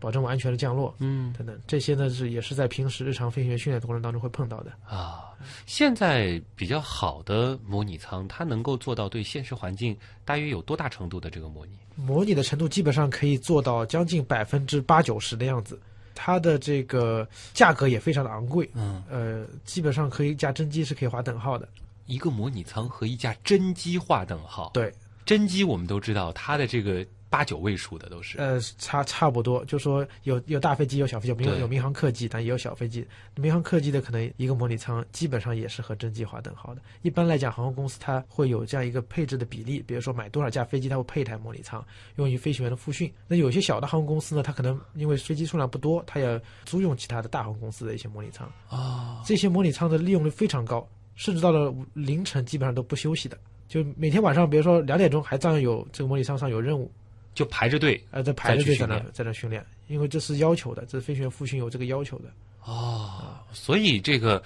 [SPEAKER 1] 保证我安全的降落
[SPEAKER 3] 嗯
[SPEAKER 1] 等等，这些呢是也是在平时日常飞行员训练的过程当中会碰到的。
[SPEAKER 3] 啊，现在比较好的模拟舱，它能够做到对现实环境大约有多大程度的这个模拟？
[SPEAKER 1] 模拟的程度基本上可以做到将近百分之八九十的样子，它的这个价格也非常的昂贵，
[SPEAKER 3] 嗯，
[SPEAKER 1] 呃，基本上和一架真机是可以划等号的。
[SPEAKER 3] 一个模拟舱和一架真机划等号。
[SPEAKER 1] 对，
[SPEAKER 3] 真机我们都知道，它的这个八九位数的都是。
[SPEAKER 1] 呃，差差不多，就说有有大飞机，有小飞机，有民
[SPEAKER 3] 对
[SPEAKER 1] 有民航客机，但也有小飞机。民航客机的可能一个模拟舱基本上也是和真机划等号的。一般来讲，航空公司它会有这样一个配置的比例，比如说买多少架飞机，它会配一台模拟舱，用于飞行员的复训。那有些小的航空公司呢，它可能因为飞机数量不多，它也租用其他的大航空公司的一些模拟舱。
[SPEAKER 3] 啊，
[SPEAKER 1] 这些模拟舱的利用率非常高，甚至到了凌晨基本上都不休息的，就每天晚上，比如说两点钟还照样有这个模拟舱上有任务，
[SPEAKER 3] 就排着队
[SPEAKER 1] 呃，在排着队在那
[SPEAKER 3] 再去训
[SPEAKER 1] 在那训练，因为这是要求的，这是飞行员复训有这个要求的。
[SPEAKER 3] 哦，所以这个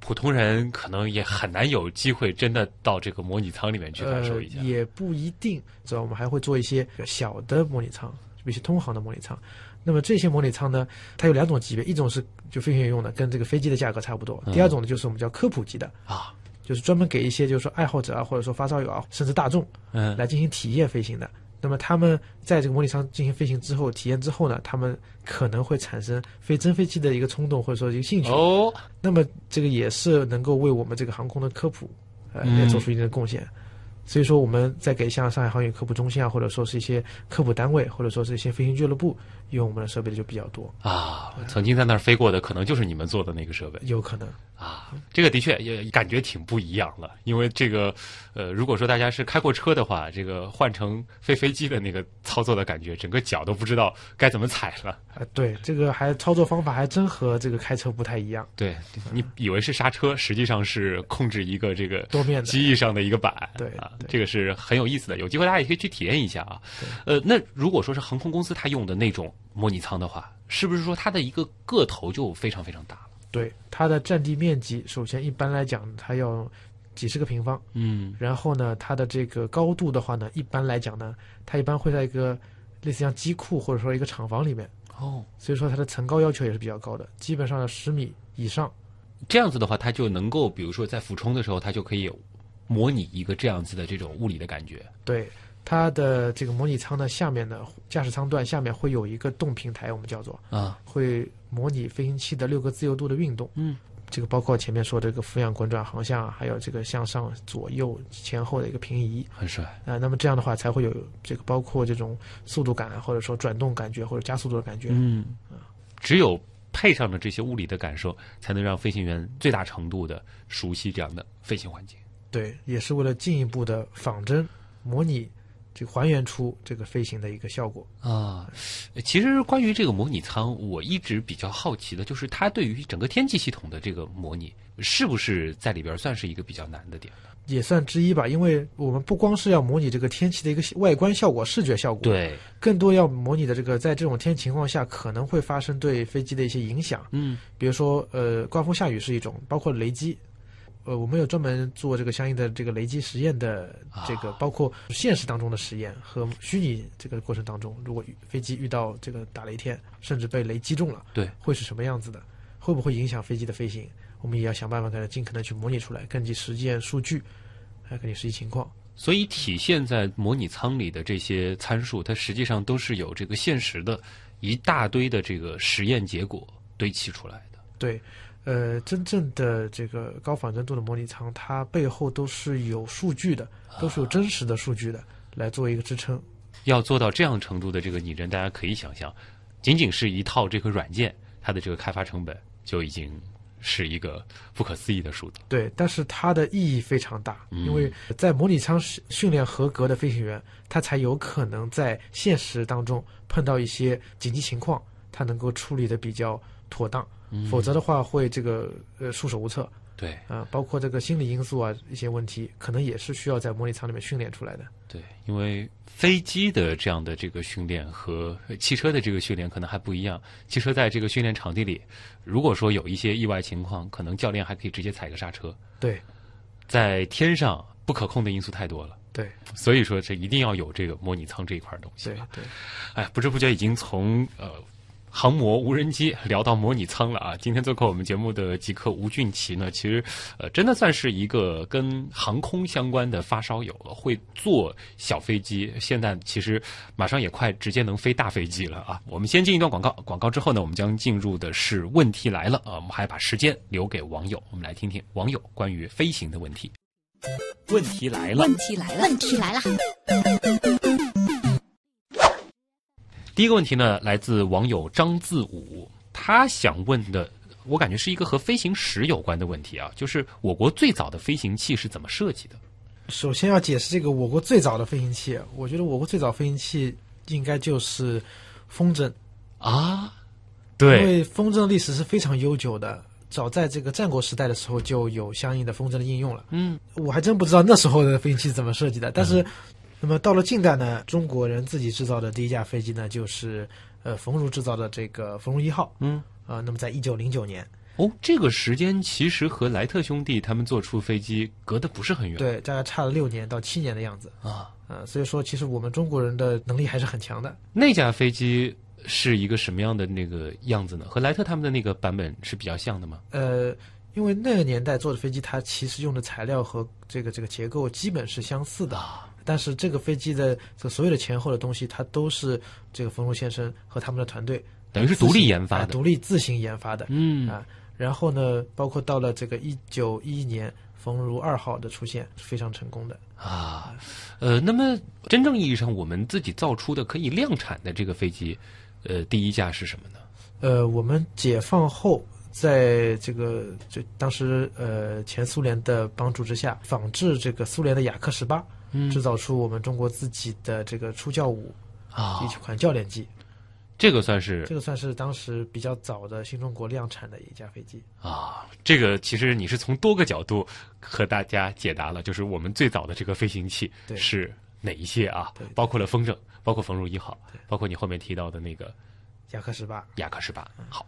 [SPEAKER 3] 普通人可能也很难有机会真的到这个模拟舱里面去感受
[SPEAKER 1] 呃，
[SPEAKER 3] 一下。
[SPEAKER 1] 也不一定，知道我们还会做一些小的模拟舱，就比如通航的模拟舱。那么这些模拟舱呢，它有两种级别，一种是就飞行员用的，跟这个飞机的价格差不多；第二种呢，就是我们叫科普级的，
[SPEAKER 3] 嗯啊，
[SPEAKER 1] 就是专门给一些就是说爱好者啊，或者说发烧友啊，甚至大众
[SPEAKER 3] 嗯，
[SPEAKER 1] 来进行体验飞行的。那么他们在这个模拟舱进行飞行之后，体验之后呢，他们可能会产生飞真飞机的一个冲动或者说一个兴趣。
[SPEAKER 3] 哦，
[SPEAKER 1] 那么这个也是能够为我们这个航空的科普，呃，
[SPEAKER 3] 嗯
[SPEAKER 1] 也做出一定的贡献。所以说，我们在给像上海航宇科普中心啊，或者说是一些科普单位，或者说是一些飞行俱乐部，用我们的设备的就比较多，
[SPEAKER 3] 啊，曾经在那儿飞过的，可能就是你们做的那个设备
[SPEAKER 1] 有可能。
[SPEAKER 3] 啊。这个的确也感觉挺不一样了，因为这个，呃，如果说大家是开过车的话，这个换成飞飞机的那个操作的感觉，整个脚都不知道该怎么踩了。
[SPEAKER 1] 啊，对，这个还操作方法还真和这个开车不太一样，
[SPEAKER 3] 对你以为是刹车，实际上是控制一个这个
[SPEAKER 1] 多面的。
[SPEAKER 3] 机翼上的一个板，
[SPEAKER 1] 对
[SPEAKER 3] 啊，
[SPEAKER 1] 对
[SPEAKER 3] 这个是很有意思的，有机会大家也可以去体验一下啊。呃，那如果说是航空公司它用的那种模拟舱的话，是不是说它的一个个头就非常非常大了？
[SPEAKER 1] 对，它的占地面积，首先一般来讲，它要几十个平方。
[SPEAKER 3] 嗯，
[SPEAKER 1] 然后呢，它的这个高度的话呢，一般来讲呢，它一般会在一个类似像机库或者说一个厂房里面，
[SPEAKER 3] 哦，
[SPEAKER 1] 所以说它的层高要求也是比较高的，基本上十米以上。
[SPEAKER 3] 这样子的话，它就能够，比如说在俯冲的时候，它就可以模拟一个这样子的这种物理的感觉。
[SPEAKER 1] 对，它的这个模拟舱的下面呢，驾驶舱段下面会有一个动平台，我们叫做
[SPEAKER 3] 啊，
[SPEAKER 1] 会模拟飞行器的六个自由度的运动。
[SPEAKER 3] 嗯，
[SPEAKER 1] 这个包括前面说的这个俯仰滚转航向啊，还有这个向上、左右、前后的一个平移。
[SPEAKER 3] 很帅。
[SPEAKER 1] 啊、那么这样的话才会有这个包括这种速度感啊，或者说转动感觉或者加速度的感觉。
[SPEAKER 3] 嗯，只有配上了这些物理的感受，才能让飞行员最大程度的熟悉这样的飞行环境。
[SPEAKER 1] 对，也是为了进一步的仿真、模拟、这个还原出这个飞行的一个效果。
[SPEAKER 3] 啊，其实关于这个模拟舱，我一直比较好奇的就是它对于整个天气系统的这个模拟，是不是在里边算是一个比较难的点？
[SPEAKER 1] 也算之一吧，因为我们不光是要模拟这个天气的一个外观效果、视觉效果，，
[SPEAKER 3] 对，
[SPEAKER 1] 更多要模拟的这个在这种天气情况下可能会发生对飞机的一些影响，
[SPEAKER 3] 嗯，
[SPEAKER 1] 比如说呃刮风下雨是一种，包括雷击，呃我们有专门做这个相应的这个雷击实验的这个，
[SPEAKER 3] 啊
[SPEAKER 1] 包括现实当中的实验和虚拟这个过程当中，如果遇飞机遇到这个打雷天，甚至被雷击中了，
[SPEAKER 3] 对，
[SPEAKER 1] 会是什么样子的，会不会影响飞机的飞行？我们也要想办法给它尽可能去模拟出来，根据实践数据，还有根据实际情况。
[SPEAKER 3] 所以体现在模拟舱里的这些参数，它实际上都是有这个现实的一大堆的这个实验结果堆砌出来的。
[SPEAKER 1] 对，呃，真正的这个高仿真度的模拟舱，它背后都是有数据的，
[SPEAKER 3] 啊
[SPEAKER 1] 都是有真实的数据的，来做一个支撑。
[SPEAKER 3] 要做到这样程度的这个拟真，大家可以想象，仅仅是一套这个软件，它的这个开发成本就已经是一个不可思议的数字。
[SPEAKER 1] 对，但是它的意义非常大，
[SPEAKER 3] 嗯
[SPEAKER 1] 因为在模拟舱训训练合格的飞行员，他才有可能在现实当中碰到一些紧急情况，他能够处理的比较妥当，
[SPEAKER 3] 嗯
[SPEAKER 1] 否则的话会这个呃束手无策
[SPEAKER 3] 对。
[SPEAKER 1] 啊、包括这个心理因素啊一些问题，可能也是需要在模拟舱里面训练出来的。
[SPEAKER 3] 对，因为飞机的这样的这个训练和呃汽车的这个训练可能还不一样。汽车在这个训练场地里，如果说有一些意外情况，可能教练还可以直接踩个刹车。
[SPEAKER 1] 对
[SPEAKER 3] 在天上不可控的因素太多了，
[SPEAKER 1] 对
[SPEAKER 3] 所以说这一定要有这个模拟舱这一块东西
[SPEAKER 1] 对
[SPEAKER 3] 吧。
[SPEAKER 1] 对，
[SPEAKER 3] 哎，不知不觉已经从呃航模、无人机，聊到模拟舱了啊！今天做客我们节目的极客吴俊奇呢，其实呃，真的算是一个跟航空相关的发烧友了，会坐小飞机。现在其实马上也快直接能飞大飞机了啊！我们先进一段广告，广告之后呢，我们将进入的是问题来了啊！我们还把时间留给网友，我们来听听网友关于飞行的问题。问题来了，
[SPEAKER 4] 问题来了，问题来了，
[SPEAKER 3] 第一个问题呢，来自网友张自武，他想问的，我感觉是一个和飞行史有关的问题啊，就是我国最早的飞行器是怎么设计的？
[SPEAKER 1] 首先要解释这个我国最早的飞行器，我觉得我国最早飞行器应该就是风筝，
[SPEAKER 3] 啊，
[SPEAKER 1] 因
[SPEAKER 3] 对，
[SPEAKER 1] 为风筝的历史是非常悠久的，早在这个战国时代的时候就有相应的风筝的应用了。
[SPEAKER 3] 嗯，
[SPEAKER 1] 我还真不知道那时候的飞行器是怎么设计的，但是，那么到了近代呢，中国人自己制造的第一架飞机呢，就是呃冯如制造的这个冯如一号，
[SPEAKER 3] 嗯，
[SPEAKER 1] 呃，那么在一九零九年，
[SPEAKER 3] 哦，这个时间其实和莱特兄弟他们做出飞机隔得不是很远，
[SPEAKER 1] 对，大概差了六年到七年的样子，
[SPEAKER 3] 啊，
[SPEAKER 1] 呃，所以说其实我们中国人的能力还是很强的。
[SPEAKER 3] 那架飞机是一个什么样的那个样子呢？和莱特他们的那个版本是比较像的吗？
[SPEAKER 1] 呃，因为那个年代做的飞机，它其实用的材料和这个这个结构基本是相似的，但是这个飞机的这所有的前后的东西，它都是这个冯如先生和他们的团队
[SPEAKER 3] 等于是
[SPEAKER 1] 自
[SPEAKER 3] 独立
[SPEAKER 1] 行
[SPEAKER 3] 研发
[SPEAKER 1] 啊
[SPEAKER 3] 的，
[SPEAKER 1] 独立自行研发的。
[SPEAKER 3] 嗯，
[SPEAKER 1] 啊然后呢，包括到了这个一九一一年，冯如二号的出现是非常成功的。
[SPEAKER 3] 啊，呃，那么真正意义上我们自己造出的可以量产的这个飞机，呃，第一架是什么呢？
[SPEAKER 1] 呃，我们解放后，在这个就当时呃前苏联的帮助之下，仿制这个苏联的雅克十八，
[SPEAKER 3] 嗯
[SPEAKER 1] 制造出我们中国自己的这个初教五
[SPEAKER 3] 啊
[SPEAKER 1] 一，款教练机，
[SPEAKER 3] 这个算是
[SPEAKER 1] 这个算是当时比较早的新中国量产的一架飞机。
[SPEAKER 3] 啊，这个其实你是从多个角度和大家解答了，就是我们最早的这个飞行器
[SPEAKER 1] 对
[SPEAKER 3] 是哪一些啊
[SPEAKER 1] 对？对
[SPEAKER 3] 包括了风筝，包括冯如一号，包括你后面提到的那个
[SPEAKER 1] 雅克十八，
[SPEAKER 3] 雅克十八。好，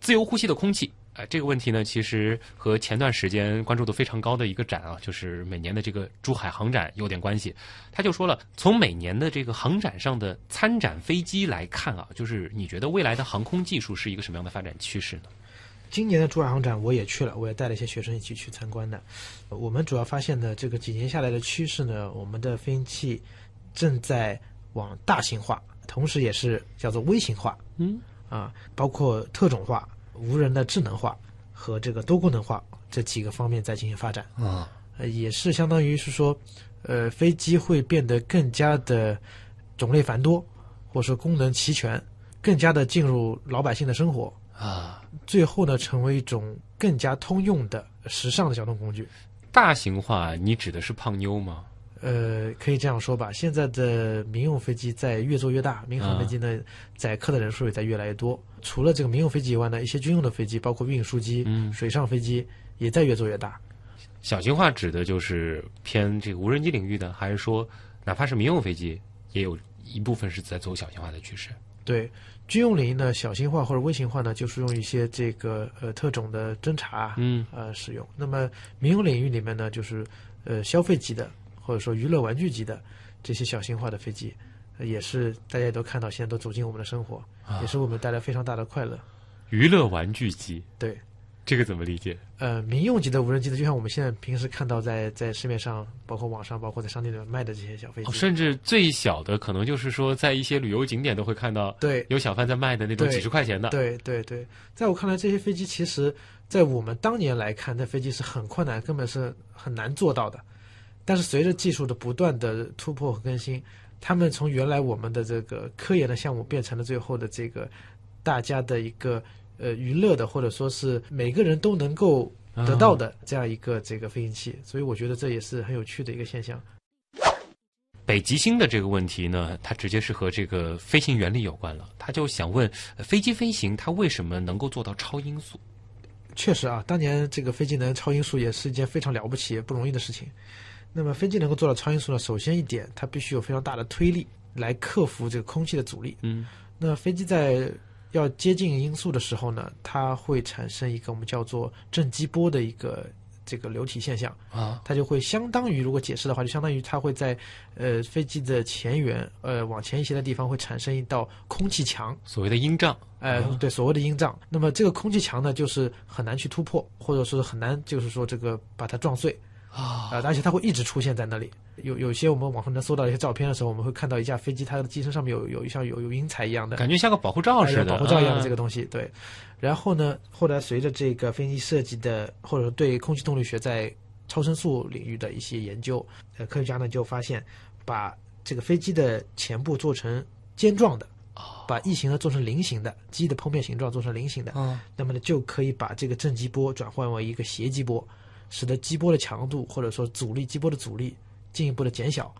[SPEAKER 3] 自由呼吸的空气。呃，这个问题呢，其实和前段时间关注度非常高的一个展啊，就是每年的这个珠海航展有点关系。他就说了，从每年的这个航展上的参展飞机来看啊，就是你觉得未来的航空技术是一个什么样的发展趋势呢？
[SPEAKER 1] 今年的珠海航展我也去了，我也带了一些学生一起去参观的。呃我们主要发现呢，这个几年下来的趋势呢，我们的飞行器正在往大型化，同时也是叫做微型化
[SPEAKER 3] 嗯，
[SPEAKER 1] 啊，包括特种化、无人的智能化和这个多功能化这几个方面在进行发展。
[SPEAKER 3] 啊，
[SPEAKER 1] 呃，也是相当于是说，呃，飞机会变得更加的种类繁多，或者说功能齐全，更加的进入老百姓的生活
[SPEAKER 3] 啊，
[SPEAKER 1] 最后呢，成为一种更加通用的、时尚的交通工具。
[SPEAKER 3] 大型化，你指的是胖妞吗？
[SPEAKER 1] 呃，可以这样说吧，现在的民用飞机在越做越大，民航飞机呢载客的人数也在越来越多。除了这个民用飞机以外呢，一些军用的飞机，包括运输机、
[SPEAKER 3] 嗯
[SPEAKER 1] 水上飞机也在越做越大。
[SPEAKER 3] 小型化指的就是偏这个无人机领域的，还是说哪怕是民用飞机也有一部分是在走小型化的趋势？
[SPEAKER 1] 对，军用领域呢，小型化或者微型化呢，就是用一些这个呃特种的侦察，
[SPEAKER 3] 嗯
[SPEAKER 1] 呃使用。那么民用领域里面呢，就是呃消费级的或者说娱乐玩具级的这些小型化的飞机，呃也是大家也都看到，现在都走进我们的生活，
[SPEAKER 3] 啊
[SPEAKER 1] 也是我们带来非常大的快乐。
[SPEAKER 3] 娱乐玩具机，
[SPEAKER 1] 对，
[SPEAKER 3] 这个怎么理解？
[SPEAKER 1] 呃，民用级的无人机呢，就像我们现在平时看到在在市面上，包括网上，包括在商店里面卖的这些小飞机，
[SPEAKER 3] 哦，甚至最小的可能就是说，在一些旅游景点都会看到
[SPEAKER 1] 对。
[SPEAKER 3] 有小贩在卖的那种
[SPEAKER 1] 对
[SPEAKER 3] 几十块钱的。
[SPEAKER 1] 对对对，在我看来，这些飞机其实，在我们当年来看，这飞机是很困难，根本是很难做到的。但是随着技术的不断的突破和更新，他们从原来我们的这个科研的项目，变成了最后的这个大家的一个呃娱乐的，或者说是每个人都能够得
[SPEAKER 3] 嗯
[SPEAKER 1] 到
[SPEAKER 3] 啊
[SPEAKER 1] 的这样一个这个飞行器。所以我觉得这也是很有趣的一个现象。
[SPEAKER 3] 北极星的这个问题呢，它直接是和这个飞行原理有关了。他就想问，呃飞机飞行它为什么能够做到超音速？
[SPEAKER 1] 确实啊，当年这个飞机能超音速也是一件非常了不起、不容易的事情。那么飞机能够做到超音速呢，首先一点，它必须有非常大的推力来克服这个空气的阻力。
[SPEAKER 3] 嗯，
[SPEAKER 1] 那飞机在要接近音速的时候呢，它会产生一个我们叫做正激波的一个这个流体现象，
[SPEAKER 3] 啊，
[SPEAKER 1] 它就会相当于，如果解释的话，就相当于它会在呃飞机的前缘呃往前一些的地方会产生一道空气墙，
[SPEAKER 3] 所谓的阴障，
[SPEAKER 1] 呃，对，所谓的阴障。那么这个空气墙呢，就是很难去突破，或者说是很难，就是说这个把它撞碎
[SPEAKER 3] 啊
[SPEAKER 1] 啊、而且它会一直出现在那里。有有些我们网上能搜到一些照片的时候，我们会看到一架飞机，它的机身上面有有一像有有云彩一样的，
[SPEAKER 3] 感觉像个保护罩
[SPEAKER 1] 哎
[SPEAKER 3] 似的，嗯
[SPEAKER 1] 保护罩一样的这
[SPEAKER 3] 个
[SPEAKER 1] 个东西，对。然后呢，后来随着这个飞行设计的，或者说对空气动力学在超声速领域的一些研究，呃，科学家呢就发现，把这个飞机的前部做成尖状的，
[SPEAKER 3] 哦
[SPEAKER 1] 把翼形呢做成菱形的，机翼的剖面形状做成菱形的，
[SPEAKER 3] 啊
[SPEAKER 1] 那么呢就可以把这个正极波转换为一个斜极波，使得激波的强度或者说阻力激波的阻力进一步的减小，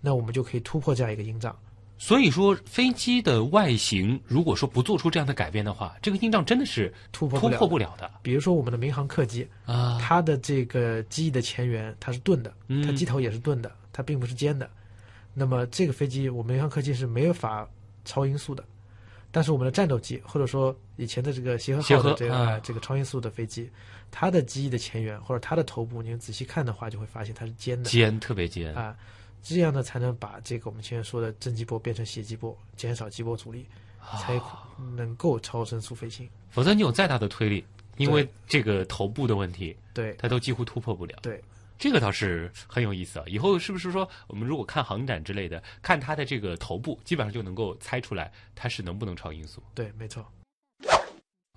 [SPEAKER 1] 那我们就可以突破这样一个音障。
[SPEAKER 3] 所以说，飞机的外形如果说不做出这样的改变的话，这个阴障真的是
[SPEAKER 1] 突破
[SPEAKER 3] 突
[SPEAKER 1] 不了
[SPEAKER 3] 破不了的
[SPEAKER 1] 比如说我们的民航客机，
[SPEAKER 3] 啊。
[SPEAKER 1] 它的这个机翼的前缘它是钝的，
[SPEAKER 3] 嗯
[SPEAKER 1] 它机头也是钝的，它并不是尖的。那么这个飞机，我们民航客机是没有法超音速的，但是我们的战斗机或者说以前的这个协和
[SPEAKER 3] 协
[SPEAKER 1] 号
[SPEAKER 3] 和
[SPEAKER 1] 的这个、
[SPEAKER 3] 啊
[SPEAKER 1] 这个超音速的飞机，它的机翼的前缘或者它的头部，你仔细看的话，就会发现它是尖的
[SPEAKER 3] 尖特别尖，
[SPEAKER 1] 啊，这样呢才能把这个我们前面说的正极波变成斜极波，减少极波阻力，才能够超声速飞行。
[SPEAKER 3] 啊否则你有再大的推力，因为这个头部的问题，
[SPEAKER 1] 对
[SPEAKER 3] 它都几乎突破不了。
[SPEAKER 1] 对。
[SPEAKER 3] 这个倒是很有意思啊！以后是不是说我们如果看航展之类的，看它的这个头部，基本上就能够猜出来它是能不能超音速。
[SPEAKER 1] 对，没错。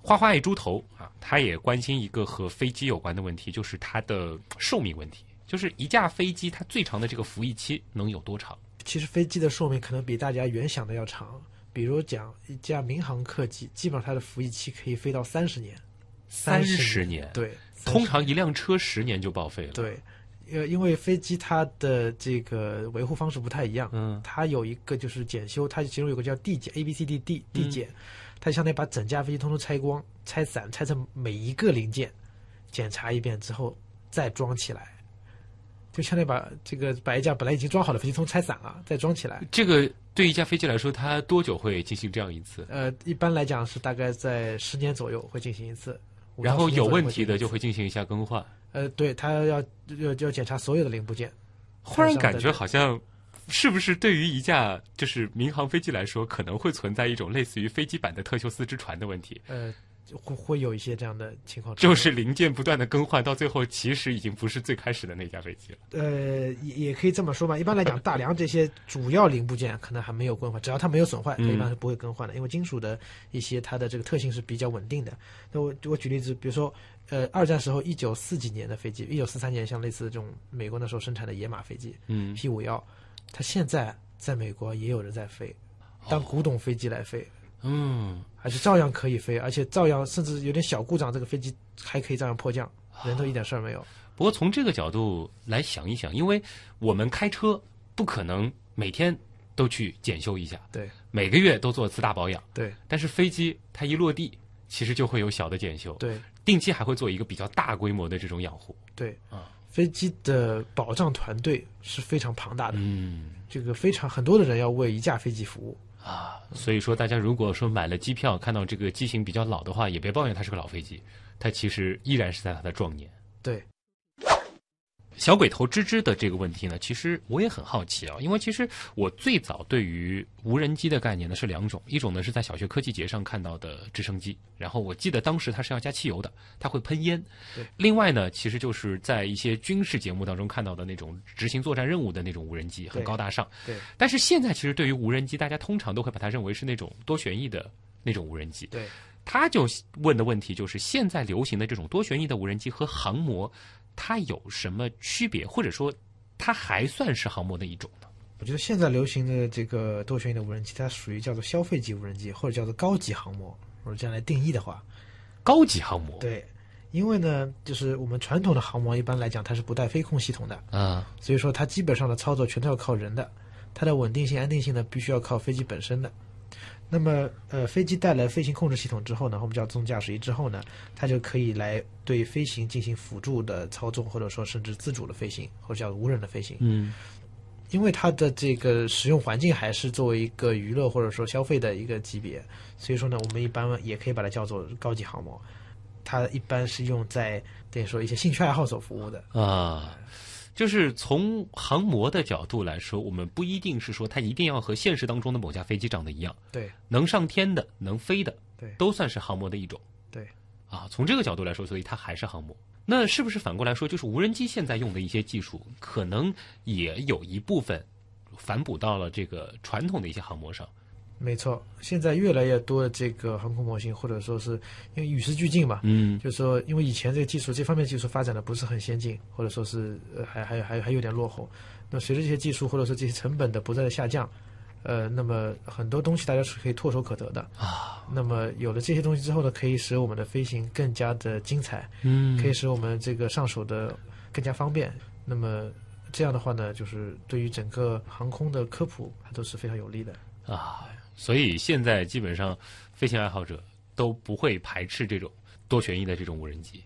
[SPEAKER 3] 花花爱猪头啊，他也关心一个和飞机有关的问题，就是它的寿命问题，就是一架飞机它最长的这个服役期能有多长？
[SPEAKER 1] 其实飞机的寿命可能比大家原想的要长。比如讲一架民航客机，基本上它的服役期可以飞到三十年。
[SPEAKER 3] 十
[SPEAKER 1] 30
[SPEAKER 3] 年，，
[SPEAKER 1] 对，
[SPEAKER 3] 通
[SPEAKER 1] 30
[SPEAKER 3] 常一辆车十年就报废了。，
[SPEAKER 1] 对，呃，因为飞机它的这个维护方式不太一样，
[SPEAKER 3] 嗯
[SPEAKER 1] 它有一个就是检修，它其中有个叫递检 A B C D D 递
[SPEAKER 3] 嗯
[SPEAKER 1] 检，它相当于把整架飞机通通拆光、拆散、拆成每一个零件，检查一遍之后再装起来。就相当于把这个把一架本来已经装好的飞机通通拆散了，再装起来。
[SPEAKER 3] 这个对一架飞机来说，它多久会进行这样一次？
[SPEAKER 1] 呃，一般来讲是大概在十年左右会进行一次。5到
[SPEAKER 3] 然后
[SPEAKER 1] 10年
[SPEAKER 3] 有
[SPEAKER 1] 左右
[SPEAKER 3] 问
[SPEAKER 1] 会进
[SPEAKER 3] 题的就
[SPEAKER 1] 行一次
[SPEAKER 3] 会进行一下更换，
[SPEAKER 1] 呃，对他要要要检查所有的零部件。
[SPEAKER 3] 忽然感觉
[SPEAKER 1] 对
[SPEAKER 3] 好像。是不是对于一架就是民航飞机来说，可能会存在一种类似于飞机版的特修斯之船的问题？
[SPEAKER 1] 呃，就会会有一些这样的情况出现。
[SPEAKER 3] 就是零件不断的更换，到最后其实已经不是最开始的那架飞机了。
[SPEAKER 1] 呃，也也可以这么说吧。一般来讲，大梁这些主要零部件可能还没有更换，只要它没有损坏，它
[SPEAKER 3] 嗯
[SPEAKER 1] 一般是不会更换的。因为金属的一些它的这个特性是比较稳定的。那我我举例子，比如说，呃，二战时候一九四几年的飞机，一九四三年像类似这种美国那时候生产的野马飞机，
[SPEAKER 3] 嗯
[SPEAKER 1] P 五幺，它现在在美国也有人在飞，
[SPEAKER 3] 哦
[SPEAKER 1] 当古董飞机来飞，
[SPEAKER 3] 嗯，
[SPEAKER 1] 还是照样可以飞，而且照样甚至有点小故障，这个飞机还可以照样迫降，
[SPEAKER 3] 啊
[SPEAKER 1] 人都一点事儿没有。
[SPEAKER 3] 不过从这个角度来想一想，因为我们开车不可能每天都去检修一下，
[SPEAKER 1] 对
[SPEAKER 3] 每个月都做次大保养，
[SPEAKER 1] 对
[SPEAKER 3] 但是飞机它一落地，其实就会有小的检修，
[SPEAKER 1] 对
[SPEAKER 3] 定期还会做一个比较大规模的这种养护。
[SPEAKER 1] 对
[SPEAKER 3] 啊，
[SPEAKER 1] 飞机的保障团队是非常庞大的，
[SPEAKER 3] 嗯
[SPEAKER 1] 这个非常很多的人要为一架飞机服务。
[SPEAKER 3] 啊，所以说大家如果说买了机票，看到这个机型比较老的话，也别抱怨它是个老飞机，它其实依然是在它的壮年。
[SPEAKER 1] 对，
[SPEAKER 3] 小鬼头芝芝的这个问题呢，其实我也很好奇啊，因为其实我最早对于无人机的概念呢是两种，一种呢是在小学科技节上看到的直升机，然后我记得当时它是要加汽油的，它会喷烟
[SPEAKER 1] 对。
[SPEAKER 3] 另外呢，其实就是在一些军事节目当中看到的那种执行作战任务的那种无人机，很
[SPEAKER 1] 对
[SPEAKER 3] 高大上。
[SPEAKER 1] 对
[SPEAKER 3] 但是现在其实对于无人机，大家通常都会把它认为是那种多旋翼的那种无人机。
[SPEAKER 1] 对，
[SPEAKER 3] 他就问的问题就是：现在流行的这种多旋翼的无人机和航模，它有什么区别，或者说它还算是航模的一种呢？
[SPEAKER 1] 我觉得现在流行的这个多旋翼的无人机，它属于叫做消费级无人机，或者叫做高级航模。如果这样来定义的话，
[SPEAKER 3] 高级航模，
[SPEAKER 1] 对，因为呢，就是我们传统的航模一般来讲，它是不带飞控系统的，
[SPEAKER 3] 啊，
[SPEAKER 1] 所以说它基本上的操作全都要靠人的，它的稳定性、安定性呢，必须要靠飞机本身的。那么，呃，飞机带了飞行控制系统之后呢，我们叫自动驾驶仪之后呢，它就可以来对飞行进行辅助的操纵，或者说甚至自主的飞行，或者叫无人的飞行。
[SPEAKER 3] 嗯，
[SPEAKER 1] 因为它的这个使用环境还是作为一个娱乐或者说消费的一个级别，所以说呢，我们一般也可以把它叫做高级航模。它一般是用在等于说一些兴趣爱好所服务的。
[SPEAKER 3] 啊。就是从航模的角度来说，我们不一定是说它一定要和现实当中的某架飞机长得一样，
[SPEAKER 1] 对
[SPEAKER 3] 能上天的、能飞的，
[SPEAKER 1] 对
[SPEAKER 3] 都算是航模的一种
[SPEAKER 1] 对，
[SPEAKER 3] 啊。从这个角度来说，所以它还是航模。那是不是反过来说，就是无人机现在用的一些技术，可能也有一部分反哺到了这个传统的一些航模上？
[SPEAKER 1] 没错。现在越来越多的这个航空模型，或者说是因为与时俱进嘛，
[SPEAKER 3] 嗯
[SPEAKER 1] 就是说，因为以前这个技术这方面技术发展的不是很先进，或者说是呃还还还还有点落后。那随着这些技术或者说这些成本的不断的下降，呃，那么很多东西大家是可以唾手可得的。
[SPEAKER 3] 啊，
[SPEAKER 1] 那么有了这些东西之后呢，可以使我们的飞行更加的精彩，
[SPEAKER 3] 嗯
[SPEAKER 1] 可以使我们这个上手的更加方便。那么这样的话呢，就是对于整个航空的科普，它都是非常有利的。
[SPEAKER 3] 啊，所以现在基本上飞行爱好者都不会排斥这种多旋翼的这种无人机。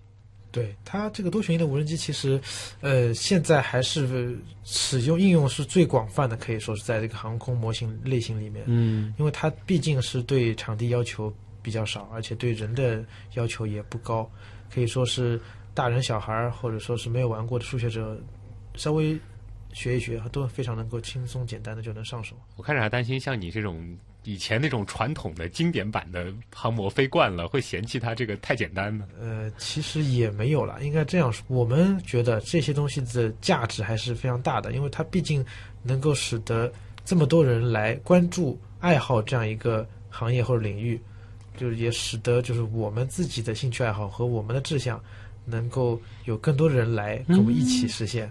[SPEAKER 1] 对它这个多旋翼的无人机，其实，呃，现在还是呃使用应用是最广泛的，可以说是在这个航空模型类型里面，
[SPEAKER 3] 嗯
[SPEAKER 1] 因为它毕竟是对场地要求比较少，而且对人的要求也不高，可以说是大人小孩儿或者说是没有玩过的初学者，稍微学一学都非常能够轻松简单的就能上手。
[SPEAKER 3] 我开始还担心像你这种以前那种传统的经典版的航模飞惯了，会嫌弃它这个太简单呢。
[SPEAKER 1] 呃，其实也没有啦，应该这样说，我们觉得这些东西的价值还是非常大的，因为它毕竟能够使得这么多人来关注爱好这样一个行业或者领域，就是也使得就是我们自己的兴趣爱好和我们的志向，能够有更多的人来跟我们一起实现。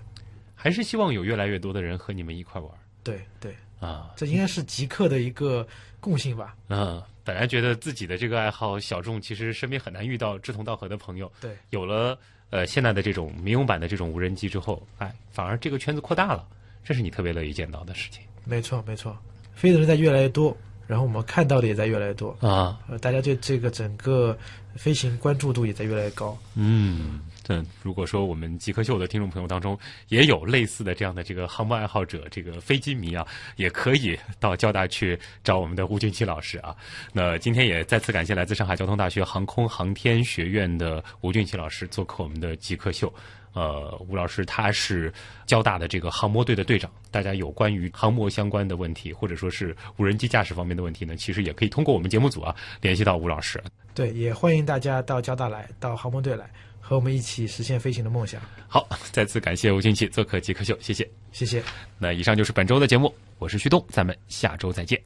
[SPEAKER 3] 还是希望有越来越多的人和你们一块玩儿
[SPEAKER 1] 对对，
[SPEAKER 3] 啊。
[SPEAKER 1] 这应该是极客的一个共性吧？
[SPEAKER 3] 嗯，本来觉得自己的这个爱好小众，其实身边很难遇到志同道合的朋友。
[SPEAKER 1] 对，
[SPEAKER 3] 有了呃现在的这种民用版的这种无人机之后，哎，反而这个圈子扩大了，这是你特别乐意见到的事情
[SPEAKER 1] 没错没错，飞的人在越来越多，然后我们看到的也在越来越多。
[SPEAKER 3] 啊。
[SPEAKER 1] 呃，大家对这个整个飞行关注度也在越来越高。
[SPEAKER 3] 嗯，对。如果说我们极客秀的听众朋友当中也有类似的这样的这个航母爱好者、这个飞机迷啊，也可以到交大去找我们的吴俊奇老师啊。那今天也再次感谢来自上海交通大学航空航天学院的吴俊奇老师啊做客我们的极客秀。呃，吴老师他是交大的这个航模队的队长，大家有关于航模相关的问题，或者说是无人机驾驶方面的问题呢，其实也可以通过我们节目组啊联系到吴老师。
[SPEAKER 1] 对，也欢迎大家到交大来，到航空队来，和我们一起实现飞行的梦想。
[SPEAKER 3] 好，再次感谢吴俊奇做客极客秀，谢谢。
[SPEAKER 1] 谢谢。
[SPEAKER 3] 那以上就是本周的节目，我是旭东，咱们下周再见。